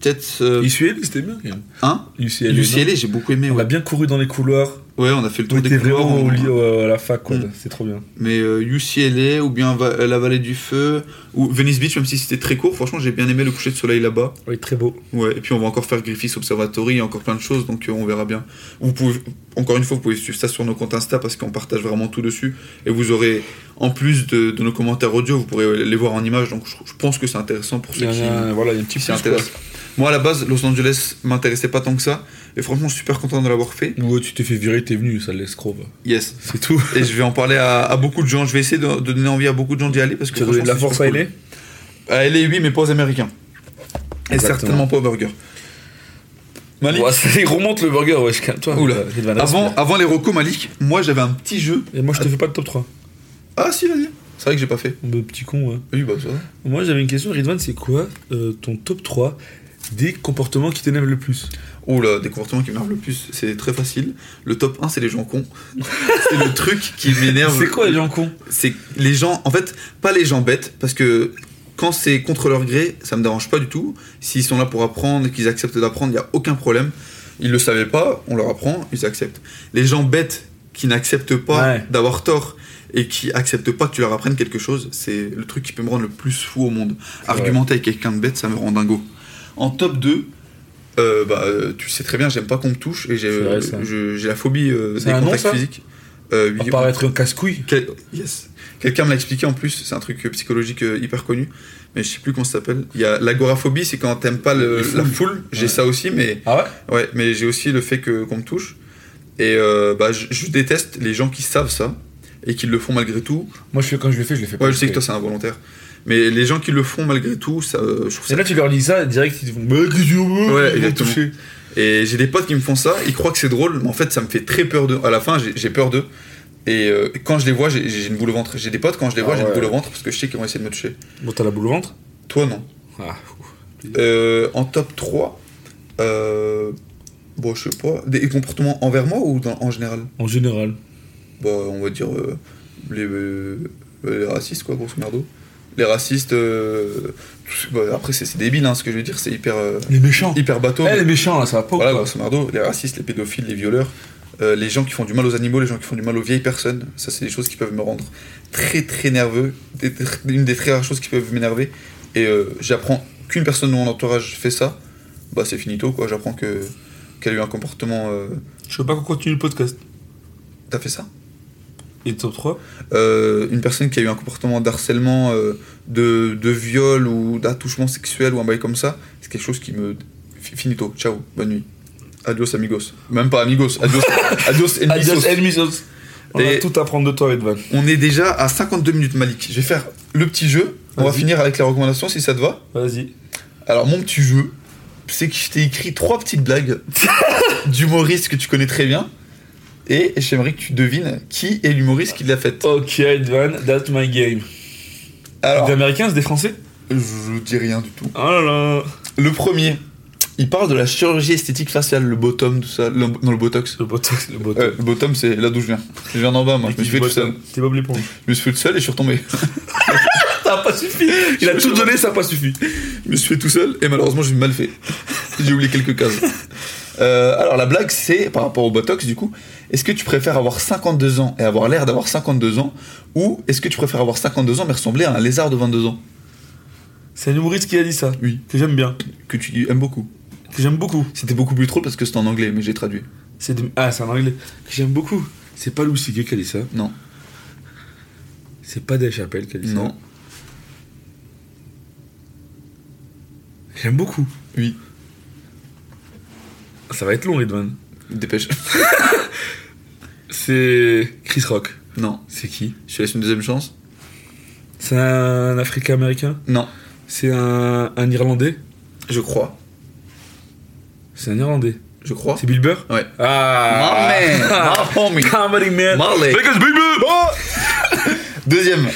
S2: peut-être euh, hein,
S3: UCL, c'était bien quand même.
S2: un
S3: UCL,
S2: UCLA, j'ai beaucoup aimé.
S3: On a
S2: Ouais.
S3: bien couru dans les couloirs.
S2: Ouais, on a fait le
S3: On
S2: tour des
S3: était vraiment
S2: couloirs,
S3: au
S2: on-
S3: lit euh, à la fac, quoi.
S2: Mm.
S3: C'est trop bien.
S2: Mais euh, UCLA ou bien Va- euh, la vallée du feu ou Venice Beach, même si c'était très court, franchement j'ai bien aimé le coucher de soleil là-bas.
S3: Oui, très beau.
S2: Ouais, et puis on va encore faire Griffiths Observatory, il y a encore plein de choses, donc euh, on verra bien. Vous pouvez, encore une fois, vous pouvez suivre ça sur nos comptes Insta parce qu'on partage vraiment tout dessus. Et vous aurez, en plus de, de nos commentaires audio, vous pourrez euh, les voir en images, donc je, je pense que c'est intéressant pour
S3: Il y
S2: ceux
S3: a
S2: qui,
S3: un, voilà, il y a un petit
S2: qui s'y
S3: plus, quoi.
S2: intéressent. Moi à la base, Los Angeles m'intéressait pas tant que ça, et franchement je suis super content de l'avoir fait.
S3: Ouais, tu t'es fait virer, t'es venu, ça l'escroc. bah.
S2: Yes.
S3: C'est tout.
S2: Et je vais en parler à, à beaucoup de gens, je vais essayer de, de donner envie à beaucoup de gens d'y aller parce que
S3: Tu as donné de la
S2: franchement,
S3: force
S2: c'est
S3: à
S2: super cool.
S3: L.A.
S2: À LA, oui, mais pas aux Américains. Et
S3: Exactement.
S2: certainement pas aux burgers. Malik,
S3: Ouais, c'est- il remonte le burger, ouais, je calme-toi.
S2: Oula.
S3: Euh, il va en
S2: avant,
S3: rester.
S2: avant les recos, Malik, moi j'avais un petit jeu.
S3: Et moi, je te fais pas de top 3.
S2: Ah si, vas-y. C'est vrai que j'ai pas fait.
S3: Bah, petit con, ouais.
S2: Oui, bah ça va.
S3: Moi, j'avais une question, Ridvan, c'est quoi euh, ton top 3 des comportements qui t'énervent le plus
S2: Oula, des comportements qui m'énervent le plus, c'est très facile. Le top 1, c'est les gens cons. c'est le truc qui m'énerve.
S3: C'est quoi les gens cons
S2: C'est les gens, en fait, pas les gens bêtes, parce que quand c'est contre leur gré, ça me dérange pas du tout. S'ils sont là pour apprendre, et qu'ils acceptent d'apprendre, il n'y a aucun problème. Ils le savaient pas, on leur apprend, ils acceptent. Les gens bêtes qui n'acceptent pas
S3: Ouais.
S2: d'avoir tort et qui acceptent pas que tu leur apprennes quelque chose, c'est le truc qui peut me rendre le plus fou au monde.
S3: vrai.
S2: Argumenter avec quelqu'un de bête, ça me rend dingo. En top 2, euh, bah, euh, tu sais très bien, j'aime pas qu'on me touche et j'ai
S3: C'est vrai, ça.
S2: je- j'ai la phobie euh,
S3: C'est
S2: des
S3: un nom,
S2: contacts
S3: ça
S2: physiques. Euh,
S3: À
S2: oui,
S3: part être un casse-couille.
S2: quel- Yes. Quelqu'un me l'a expliqué en plus, c'est un truc euh, psychologique euh, hyper connu, mais je sais plus comment ça s'appelle. Il y a l'agoraphobie, c'est quand t'aimes pas le-
S3: Les
S2: la
S3: foules.
S2: foule, j'ai
S3: Ouais.
S2: ça aussi, mais,
S3: Ah ouais
S2: ouais, mais j'ai aussi le fait que, qu'on me touche. Et euh, bah, je, je déteste les gens qui savent ça et qui le font malgré tout.
S3: Moi, je fais, quand je le fais, je le fais pas.
S2: Ouais, je sais que toi c'est involontaire, mais les gens qui le font malgré tout, ça, euh, je trouve
S3: Et
S2: ça.
S3: là, tu leur lis ça, direct, ils te font. Mais qu'est-ce que tu veux
S2: Ouais,
S3: Ils vont me
S2: exactement.
S3: toucher.
S2: Et j'ai des potes qui me font ça, ils croient que c'est drôle, mais en fait ça me fait très peur d'eux. À la fin, j'ai j'ai peur d'eux. Et euh, quand je les vois, j'ai j'ai une boule au ventre. J'ai des potes, quand je les vois,
S3: Ah
S2: j'ai une
S3: ouais.
S2: boule au ventre parce que je sais qu'ils vont essayer de me toucher.
S3: Bon, t'as la boule au ventre
S2: Toi, non.
S3: Ah,
S2: Euh, en top 3, euh, bon, je sais pas, des comportements envers moi ou dans- en général
S3: en général.
S2: Bah, on va dire euh, les, euh, les racistes, quoi, grosso merdo. Les racistes, euh, bah, après, c'est c'est débile, hein, ce que je veux dire, c'est hyper, euh,
S3: Les méchants.
S2: hyper bateau.
S3: Eh, les méchants, là, ça va pas ou
S2: Voilà,
S3: quoi
S2: grosso merdo, les racistes, les pédophiles, les violeurs, euh, les gens qui font du mal aux animaux, les gens qui font du mal aux vieilles personnes, ça c'est des choses qui peuvent me rendre très très nerveux, des- tr- une des très rares choses qui peuvent m'énerver. Et euh, j'apprends qu'une personne de mon entourage fait ça, bah c'est finito quoi, j'apprends que qu'elle a eu un comportement... euh,
S3: Je veux pas qu'on continue le podcast.
S2: T'as fait ça
S3: Et top 3
S2: Euh, Une personne qui a eu un comportement d'harcèlement, euh, de, de viol ou d'attouchement sexuel ou un bail comme ça, c'est quelque chose qui me... fi- Finito, ciao, bonne nuit. Adios amigos. Même pas amigos, adios, adios enemies.
S3: Elmisos. On
S2: Et-
S3: a tout à prendre de toi, Edvan.
S2: On est déjà à 52 minutes, Malik. Je vais faire le petit jeu. On va
S3: Vas-y.
S2: finir avec les recommandations si ça te va.
S3: Vas-y.
S2: Alors, mon petit jeu, c'est que je t'ai écrit trois petites blagues d'humoristes que tu connais très bien. Et j'aimerais que tu devines qui est l'humoriste qui l'a faite.
S3: Ok, Edvan, that's my game.
S2: Alors,
S3: Des Américains, c'est des Français
S2: je dis rien du tout.
S3: Oh là là
S2: Le premier, il parle de la chirurgie esthétique faciale, le bottom, tout ça. Le- non, le botox.
S3: Le botox, le botox.
S2: Euh, le bottom, c'est là d'où je viens. Je viens d'en bas,
S3: Euh,
S2: moi. Je me suis fait tout seul.
S3: T'es pas l'éponge.
S2: Je me suis fait tout seul et je suis retombé.
S3: Ça a pas suffi Il a tout donné, ça a pas suffi.
S2: Je me suis fait tout seul et malheureusement j'ai mal fait. j'ai oublié quelques cases. Euh, alors la blague c'est par rapport au Botox du coup, est-ce que tu préfères avoir 52 ans et avoir l'air d'avoir 52 ans ou est-ce que tu préfères avoir 52 ans mais ressembler à un lézard de 22 ans
S3: C'est un humoriste qui a dit ça,
S2: Oui.
S3: que j'aime bien,
S2: Que tu aimes beaucoup.
S3: que j'aime beaucoup.
S2: C'était beaucoup plus drôle parce que c'était en anglais mais j'ai traduit.
S3: C'est des- Ah, c'est un anglais, que j'aime beaucoup. C'est pas Louis C.K. qui a dit ça,
S2: Non.
S3: c'est pas Dave Chappelle qui a dit
S2: Non.
S3: ça. J'aime beaucoup.
S2: Oui.
S3: Ça va être long, Edwin.
S2: Dépêche.
S3: C'est Chris Rock.
S2: non.
S3: C'est qui
S2: Je te laisse une deuxième chance.
S3: C'est un Africain-Américain
S2: Non.
S3: C'est un... un Irlandais
S2: Je crois.
S3: C'est un Irlandais.
S2: Je crois.
S3: C'est Bill Burr
S2: Ouais.
S3: Ah
S2: My man, my homie.
S3: Comedy man
S2: Marley.
S3: Because Bill Burr
S2: Deuxième.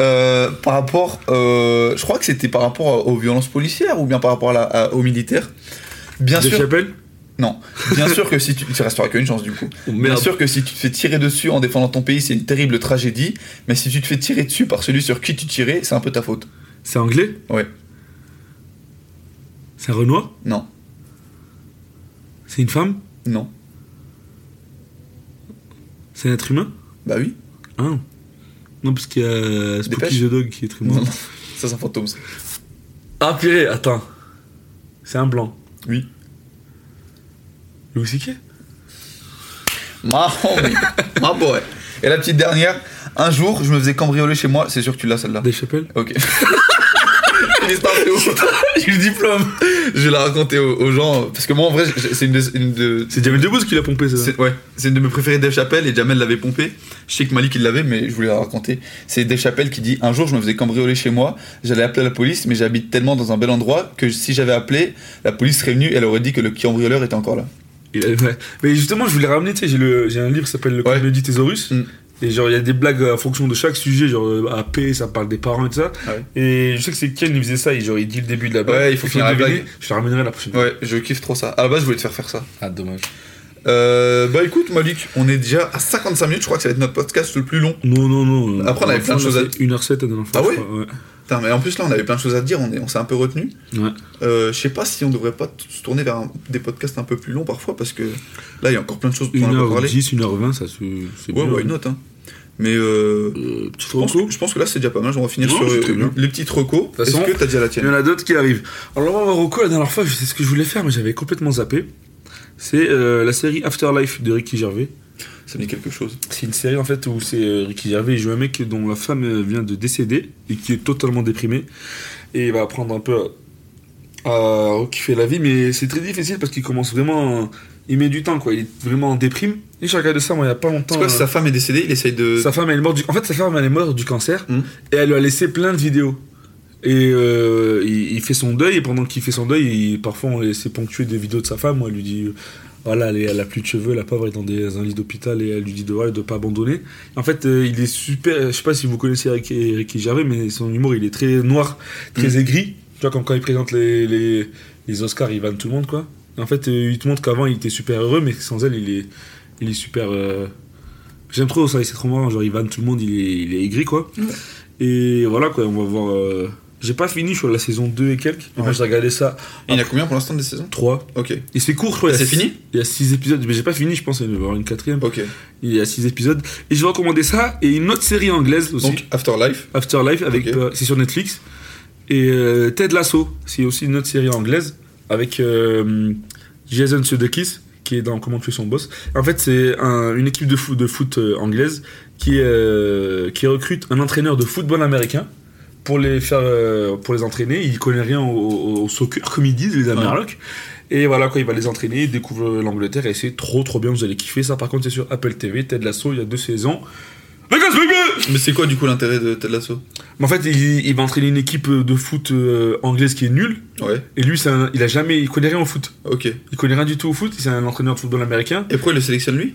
S2: Euh, par rapport, euh, je crois que c'était par rapport aux violences policières ou bien par rapport à la- à- aux militaires. Bien
S3: Dave
S2: sûr,
S3: Chappelle
S2: non. Bien sûr que si tu, tu resteras qu'une chance du coup.
S3: Oh,
S2: Bien
S3: merde.
S2: sûr que si tu te fais tirer dessus en défendant ton pays, c'est une terrible tragédie. Mais si tu te fais tirer dessus par celui sur qui tu tirais, c'est un peu ta faute.
S3: C'est anglais
S2: Ouais.
S3: C'est un Renoir
S2: Non,
S3: C'est une femme
S2: non.
S3: C'est un être humain
S2: Bah oui.
S3: Ah non. Non, parce qu'il y a
S2: Dépêche.
S3: Spooky the Dog qui est très
S2: Non,
S3: mort.
S2: non. Ça c'est un fantôme. ça.
S3: Ah purée, attends. C'est un blanc.
S2: Oui.
S3: Louis C.K.
S2: Ma homie, ma boy. Et la petite dernière. Un jour, je me faisais cambrioler chez moi. C'est sûr que tu l'as celle-là.
S3: Dave Chappelle
S2: Ok. L'histoire, c'est ouf.
S3: J'ai le diplôme
S2: Je l'ai raconté aux, aux gens parce que moi en vrai j'ai- c'est une, de- une de
S3: C'est Jamel Debbouze qui l'a pompé, c'est ça
S2: c'est- ouais, c'est une de mes préférées Dave Chappelle et Jamel l'avait pompé. Je sais que Malik il l'avait mais je voulais la raconter. C'est Dave Chappelle qui dit un jour je me faisais cambrioler chez moi, j'allais appeler la police mais j'habite tellement dans un bel endroit que si j'avais appelé, la police serait venue et elle aurait dit que le cambrioleur était encore là.
S3: Il a- ouais. Mais justement, je voulais ramener, tu sais, j'ai le- j'ai un livre qui s'appelle Le
S2: Ouais.
S3: Comedy Thésaurus.
S2: Mm.
S3: Et genre, il y a des blagues en fonction de chaque sujet, genre à P, ça parle des parents et tout ça.
S2: Ah ouais.
S3: Et je sais que c'est Ken, il faisait ça, il, genre, il dit le début de la blague.
S2: Ouais, il faut finir la
S3: deviner.
S2: blague.
S3: Je la ramènerai la prochaine fois.
S2: Ouais, je kiffe trop ça. À la base, je voulais te faire faire ça.
S3: Ah, dommage.
S2: Euh, bah écoute Malik, on est déjà à 55 minutes, je crois que ça va être notre podcast le plus long.
S3: Non, non, non.
S2: Après, on avait plein de choses à-
S3: 1h07 la dernière fois.
S2: Ah
S3: je
S2: ouais
S3: crois,
S2: Putain, mais en plus là on avait plein de choses à dire, on est- on s'est un peu retenu.
S3: ouais. Ouais.
S2: Euh, je sais pas si on devrait pas t- se tourner vers un- des podcasts un peu plus longs parfois parce que là il y a encore plein de choses dont on a pas parlé.
S3: 1h10, 1h20, ça se- c'est
S2: Ouais,
S3: bien.
S2: ouais, une note. Hein. Mais euh,
S3: Euh, Petit
S2: je, pense
S3: reco.
S2: que, je pense que là c'est déjà pas mal. On va finir
S3: Non,
S2: sur
S3: c'est
S2: euh,
S3: très bien.
S2: les petites recos.
S3: toute
S2: Est-ce
S3: façon,
S2: que t'as déjà la
S3: Il y
S2: tienne
S3: en a d'autres qui arrivent. Alors, moi, Marocco, la dernière fois, je sais ce que je voulais faire, mais j'avais complètement zappé. C'est euh, la série Afterlife de Ricky Gervais.
S2: Ça me dit quelque chose.
S3: C'est une série en fait où c'est euh, Ricky Gervais, il joue un mec dont la femme euh, vient de décéder et qui est totalement déprimé et il va apprendre un peu à, à kiffer la vie mais c'est très difficile parce qu'il commence vraiment il met du temps quoi, il est vraiment en déprime. Et je regardais ça moi il y a pas longtemps.
S2: C'est quoi,
S3: euh,
S2: sa femme est décédée, il essaye de.
S3: sa femme elle est morte du... en fait sa femme elle est morte du cancer
S2: Mhm.
S3: et elle lui a laissé plein de vidéos. Et euh, il, il fait son deuil et pendant qu'il fait son deuil, il, parfois on laissait ponctuer des vidéos de sa femme où elle lui dit euh, voilà, elle, est- elle a plus de cheveux, la pauvre elle est dans, des, dans un lit d'hôpital et elle lui dit de voilà, de pas abandonner. En fait, euh, il est super, je sais pas si vous connaissez Ricky, Ricky Gervais mais son humour, il est très noir, très
S2: Mhm.
S3: aigri. Tu vois comme quand il présente les les, les Oscars, il vanne tout le monde quoi. Et en fait, euh, il te montre qu'avant il était super heureux mais que sans elle, il est il est super euh, J'aime trop ça, c'est trop marrant. Genre, il vanne tout le monde, il est, il est aigri, quoi. Et voilà, quoi, on va voir. euh, J'ai pas fini, je suis à la saison 2 et quelques. Enfin,
S2: Ouais.
S3: j'ai regardé ça
S2: Il y en a combien pour l'instant des saisons
S3: 3.
S2: Ok,
S3: Et c'est court, je crois. il y a
S2: C'est
S3: six-
S2: fini
S3: Il y a 6 épisodes, mais j'ai pas fini, je pense, il va y avoir une quatrième.
S2: ok.
S3: Il y a 6 épisodes. Et je vais recommander ça et une autre série anglaise aussi.
S2: Donc Afterlife.
S3: Afterlife, avec,
S2: Ok.
S3: euh, c'est sur Netflix. Et euh, Ted Lasso, c'est aussi une autre série anglaise avec euh, Jason Sudeikis qui est dans Comment tuer son boss. En fait, c'est un- une équipe de foot, de foot euh, anglaise qui, euh, qui recrute un entraîneur de football américain pour les faire euh, pour les entraîner. Il connaît rien au, au- au soccer comme ils disent les Amerlocs. Et voilà quoi, il va les entraîner, il découvre l'Angleterre et c'est trop trop bien. Vous allez kiffer ça. Par contre, c'est sur Apple TV. Ted Lasso, il y a deux saisons. Les gars, les gars
S2: Mais c'est quoi du coup l'intérêt de Ted Lasso
S3: mais en fait, il, il va entraîner une équipe de foot euh, anglaise qui est nulle.
S2: Ouais,
S3: Et lui, c'est un- il a jamais, il connaît rien au foot.
S2: ok. Et
S3: Il connaît rien du tout au foot. C'est un entraîneur de football américain.
S2: pourquoi il le sélectionne lui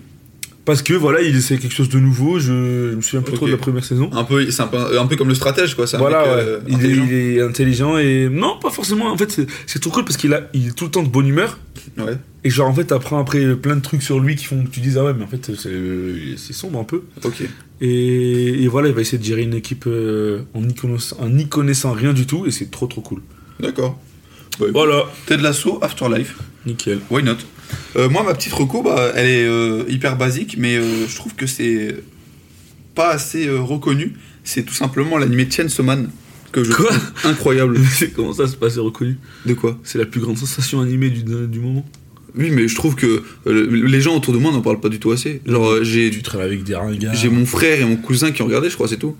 S3: Parce que voilà, il essaie quelque chose de nouveau. Je, je me souviens plus trop
S2: Ok.
S3: de la première saison.
S2: un peu, C'est un peu, un peu comme le stratège quoi. c'est un
S3: Voilà,
S2: mec,
S3: ouais.
S2: euh,
S3: il, est,
S2: intelligent.
S3: il est intelligent et non, pas forcément. En fait, c'est- c'est trop cool parce qu'il a, il est tout le temps de bonne humeur.
S2: Ouais,
S3: Et genre, en fait, t'apprends après plein de trucs sur lui qui font que tu dises ah ouais, mais en fait, c'est c'est sombre un peu.
S2: ok.
S3: Et, et voilà, il va essayer de gérer une équipe euh, en n'y connaissant, en n'y connaissant rien du tout et c'est trop trop cool.
S2: D'accord. Bah, Ouais.
S3: Voilà,
S2: Ted Lasso, Afterlife.
S3: nickel.
S2: Why not Euh, Moi, ma petite reco, bah, elle est euh, hyper basique, mais euh, je trouve que c'est pas assez euh, reconnu. C'est tout simplement l'animé Chainsaw Man que je
S3: Quoi
S2: trouve incroyable.
S3: Comment ça se passe reconnu
S2: De quoi
S3: C'est la plus grande sensation animée du, du moment.
S2: Oui, mais je trouve que euh, les gens autour de moi n'en parlent pas du tout assez. Genre, euh, j'ai
S3: Tu travailles avec des ringards.
S2: j'ai mon frère et mon cousin qui ont regardé, je crois, c'est tout.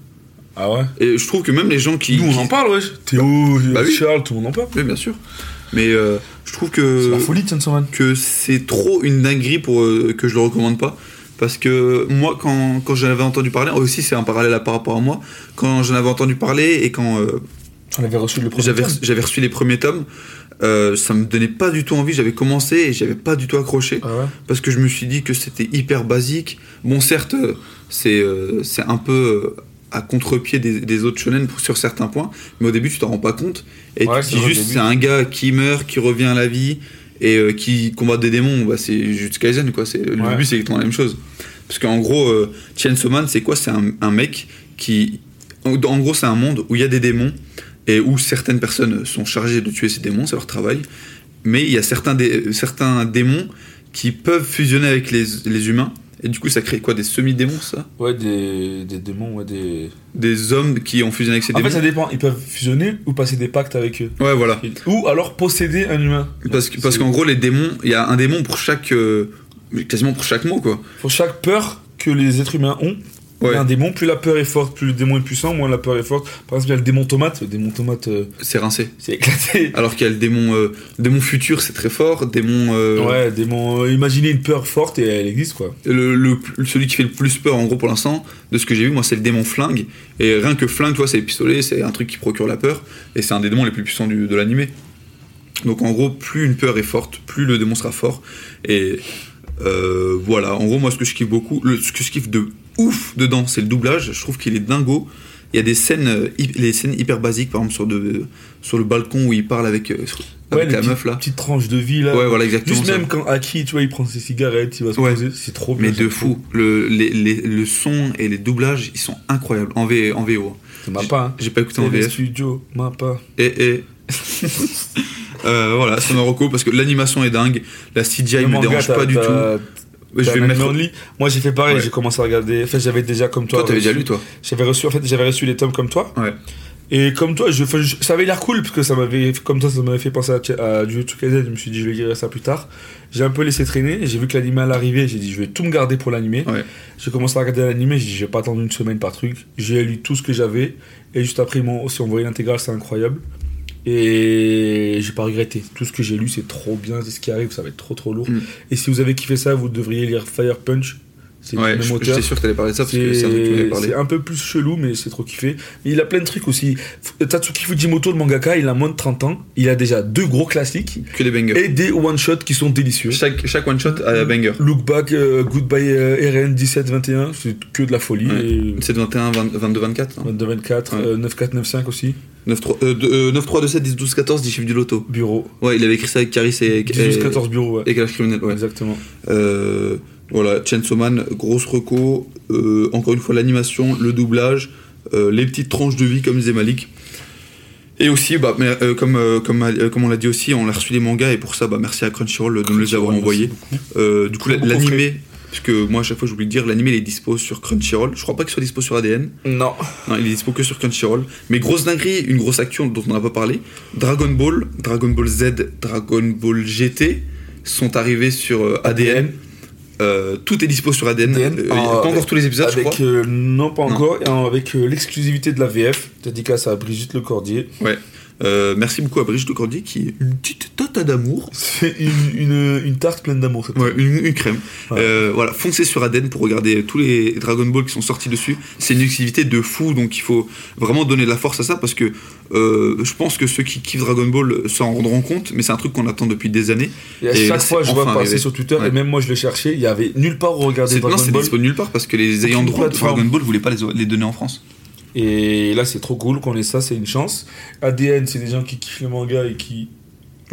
S3: Ah ouais
S2: Et je trouve que même les gens qui.
S3: Nous on
S2: qui-
S3: en parle, wesh. Théo,
S2: bah oui.
S3: Charles, tout le monde en parle.
S2: Oui, bien sûr. Mais euh, je trouve
S3: C'est
S2: que.
S3: la folie, Chainsaw Man.
S2: que c'est trop une dinguerie pour euh, que je le recommande pas. Parce que moi, quand, quand j'en avais entendu parler, oh, aussi c'est un parallèle à par rapport à moi, quand j'en avais entendu parler et quand euh,
S3: On avait reçu le premier.
S2: j'avais
S3: tome.
S2: j'avais reçu les premiers tomes, euh, ça me donnait pas du tout envie, j'avais commencé et j'avais pas du tout accroché,
S3: Ah ouais
S2: parce que je me suis dit que c'était hyper basique. Bon, certes, euh, c'est euh, c'est un peu euh, à contre-pied des, des autres shonen pour- sur certains points, mais au début tu t'en rends pas compte, et
S3: Ouais,
S2: tu
S3: c'est
S2: dis
S3: vrai, au
S2: juste
S3: début.
S2: c'est un gars qui meurt, qui revient à la vie, et euh, qui combat des démons, bah, c'est Jujutsu Kaisen quoi. C'est, Le
S3: Ouais.
S2: début c'est exactement la même chose. Parce qu'en gros, euh, Chainsaw Man c'est quoi C'est un, un mec qui. En, en gros, c'est un monde où il y a des démons et où certaines personnes sont chargées de tuer ces démons, c'est leur travail. Mais il y a certains, dé- certains démons qui peuvent fusionner avec les, les humains. Et du coup, ça crée quoi Des semi-démons, ça
S3: Ouais, des, des démons, ouais, des.
S2: Des hommes qui ont fusionné avec ces
S3: En fait,
S2: démons
S3: ça dépend. Ils peuvent fusionner ou passer des pactes avec eux.
S2: Ouais, voilà.
S3: Ils- Ou alors posséder un humain.
S2: Parce, que- parce qu'en gros, les démons, il y a un démon pour chaque. euh, quasiment pour chaque mot, quoi.
S3: Pour chaque peur que les êtres humains ont, il y
S2: Ouais.
S3: a un démon, plus la peur est forte, plus le démon est puissant, moins la peur est forte. Par exemple, il y a le démon tomate. Le démon tomate, euh,
S2: C'est rincé.
S3: c'est éclaté.
S2: Alors qu'il y a le démon, euh, démon futur, c'est très fort. Démon, euh,
S3: Ouais, démon. euh, imaginez une peur forte et elle existe, quoi.
S2: le, le- celui qui fait le plus peur, en gros, pour l'instant, de ce que j'ai vu, moi, c'est le démon flingue. Et rien que flingue, tu vois, c'est les pistolets, c'est un truc qui procure la peur. Et c'est un des démons les plus puissants du- de l'animé. Donc, en gros, plus une peur est forte, plus le démon sera fort. Et euh, voilà. En gros, moi, ce que je kiffe beaucoup, le- ce que je kiffe de ouf dedans, c'est le doublage. Je trouve qu'il est dingo. Il y a des scènes, euh, hy- les scènes hyper basiques, par exemple, sur, de, sur le balcon où il parle avec, euh,
S3: Ouais,
S2: avec
S3: les
S2: la
S3: petites-
S2: meuf là.
S3: Petite tranche de vie, là.
S2: Ouais, voilà, exactement.
S3: euh, Juste
S2: ça.
S3: même quand Aki, tu vois, il prend ses cigarettes, il va se
S2: Ouais.
S3: poser, c'est trop bien.
S2: Mais de
S3: ça.
S2: fou. Le, les- les- le son et les doublages, ils sont incroyables. En, V- en VO.
S3: Ça m'a pas, hein.
S2: J'ai pas écouté en
S3: Les
S2: VF.
S3: studios, m'a pas.
S2: Et, et. eh. Euh, voilà, c'est mon reco parce que l'animation est dingue. La CGI
S3: Le
S2: me
S3: manga,
S2: dérange
S3: t'as-
S2: pas du tout.
S3: t'as-
S2: Je
S3: T'as
S2: vais
S3: même
S2: mettre.
S3: Lonely. Moi j'ai fait pareil,
S2: Ouais.
S3: j'ai commencé à regarder. En fait, j'avais déjà comme toi.
S2: Toi, t'avais
S3: reçu-
S2: déjà lu, toi
S3: J'avais reçu, en fait, j'avais reçu les tomes comme toi.
S2: Ouais.
S3: Et comme toi, je, enfin, je- ça avait l'air cool parce que ça m'avait, comme toi, ça m'avait fait penser à, à du Kaisen. Je me suis dit, je vais lire ça plus tard. J'ai un peu laissé traîner. J'ai vu que l'anime allait arriver. J'ai dit, je vais tout me garder pour l'animé.
S2: Ouais.
S3: J'ai commencé à regarder l'anime. J'ai dit, je vais pas attendre une semaine par truc. J'ai lu tout ce que j'avais. Et juste après, ils m'ont aussi envoyé l'intégrale. C'est incroyable. Et j'ai pas regretté. Tout ce que j'ai lu, c'est trop bien. C'est ce qui arrive. Ça va être trop, trop lourd.
S2: Mm.
S3: Et si vous avez kiffé ça, vous devriez lire Fire Punch. C'est du
S2: Ouais,
S3: même
S2: je-
S3: auteur.
S2: j'étais sûr que t'allais parler de ça parce que c'est un truc que tu m'avais
S3: C'est c'est
S2: parlé.
S3: un peu plus chelou, mais c'est trop kiffé. Mais il a plein de trucs aussi. F- Tatsuki Fujimoto, le mangaka, il a moins de 30 ans. Il a déjà deux gros classiques
S2: Que des bangers.
S3: et des one-shots qui sont délicieux.
S2: Chaque, chaque one-shot Ah, a un banger.
S3: Look Back, euh, Goodbye euh, RN 17-21, c'est que de la folie.
S2: Ouais.
S3: Et
S2: C'est 21, 20, 22, 24. hein.
S3: 22-24,
S2: Ouais.
S3: euh, 9-4-9-5 aussi.
S2: 9, 3, euh, deux- euh, 9, 3, 2, 7, 10, 12, 14, 10 chiffres du loto.
S3: Bureau.
S2: Ouais, il avait écrit ça avec Caris et.
S3: 12-14 bureau, ouais.
S2: Et Clash Criminel, ouais.
S3: Exactement.
S2: Euh, voilà, Chainsaw Man, grosse reco. Euh, encore une fois, l'animation, le doublage, euh, les petites tranches de vie, comme disait Malik. Et aussi, bah, mais, euh, comme, euh, comme, euh, comme on l'a dit aussi, on a reçu les mangas et pour ça, bah, merci à Crunchyroll de nous les avoir
S3: Crunchyroll,
S2: envoyés. Euh, du coup, la-
S3: Beaucoup
S2: l'animé, parce que moi, à chaque fois, j'oublie de dire, l'animé, il est dispo sur Crunchyroll. Je crois pas qu'il soit dispo sur ADN.
S3: Non.
S2: Non, Hein, il est dispo que sur Crunchyroll. Mais grosse dinguerie, une grosse action dont on n'a pas parlé. Dragon Ball, Dragon Ball Z, Dragon Ball GT sont arrivés sur euh, ADN. Euh, tout est dispo sur ADN.
S3: ADN,
S2: Euh, il y a
S3: en-
S2: pas encore tous les épisodes, je
S3: Avec,
S2: crois.
S3: euh, non, pas
S2: Non.
S3: encore. Et en- avec euh, l'exclusivité de la VF, dédicace à Brigitte Lecordier.
S2: Euh, merci beaucoup à Brigitte Lecordier qui est une petite tata d'amour.
S3: C'est une, une, une tarte pleine d'amour cette
S2: Ouais, une, une crème.
S3: Ouais.
S2: Euh, voilà, foncez sur ADN pour regarder tous les Dragon Ball qui sont sortis dessus. C'est une activité de fou, donc il faut vraiment donner de la force à ça parce que euh, je pense que ceux qui kiffent Dragon Ball s'en rendront compte, mais c'est un truc qu'on attend depuis des années.
S3: Et à
S2: Et
S3: chaque
S2: c'est
S3: fois je vois
S2: enfin
S3: passer
S2: arrivé.
S3: sur Twitter
S2: Ouais.
S3: et même moi je le cherchais, il y avait nulle part où regarder
S2: C'est non,
S3: Dragon
S2: c'est
S3: Ball.
S2: disponible nulle part parce que les ayants
S3: Aucune
S2: droit de
S3: plateforme.
S2: Dragon Ball voulaient pas les, les donner en France.
S3: Et là c'est trop cool qu'on ait ça, c'est une chance. ADN c'est des gens qui kiffent le manga et qui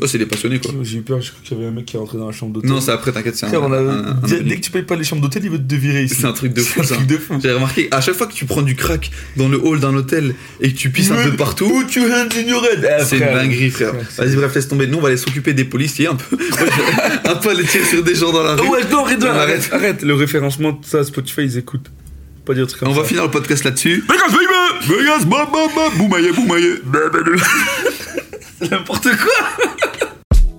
S2: Ouais, c'est des passionnés, quoi.
S3: J'ai eu peur, j'ai cru qu'il y avait un mec qui est rentré dans la chambre d'hôtel.
S2: Non, c'est après, t'inquiète, c'est un,
S3: Frère, on a-
S2: un- un-
S3: dès, dès que tu payes pas les chambres d'hôtel, ils veulent te virer ici.
S2: c'est un truc de fou,
S3: C'est
S2: ça.
S3: un truc de fou.
S2: J'ai remarqué, à chaque fois que tu prends du crack dans le hall d'un hôtel et que tu pisses un
S3: Mais-
S2: peu partout,
S3: Où tu viens d'ignorer Eh,
S2: C'est une
S3: frère.
S2: dinguerie, frère.
S3: frère, c'est-
S2: Vas-y, bref, laisse tomber. Nous, on va aller s'occuper des policiers un peu. un peu aller tirer sur des gens dans la rue.
S3: Ah Ouais, non, arrête,
S2: Non,
S3: arrête, arrête. Le référencement, de ça, Spotify, ils écoutent. Pas dire des trucs comme
S2: On
S3: ça.
S2: va finir le podcast là-dessus.
S3: Vegas, baby
S2: Vegas, bam, bam, bam, boumaillé, boumaillé.
S3: N'importe quoi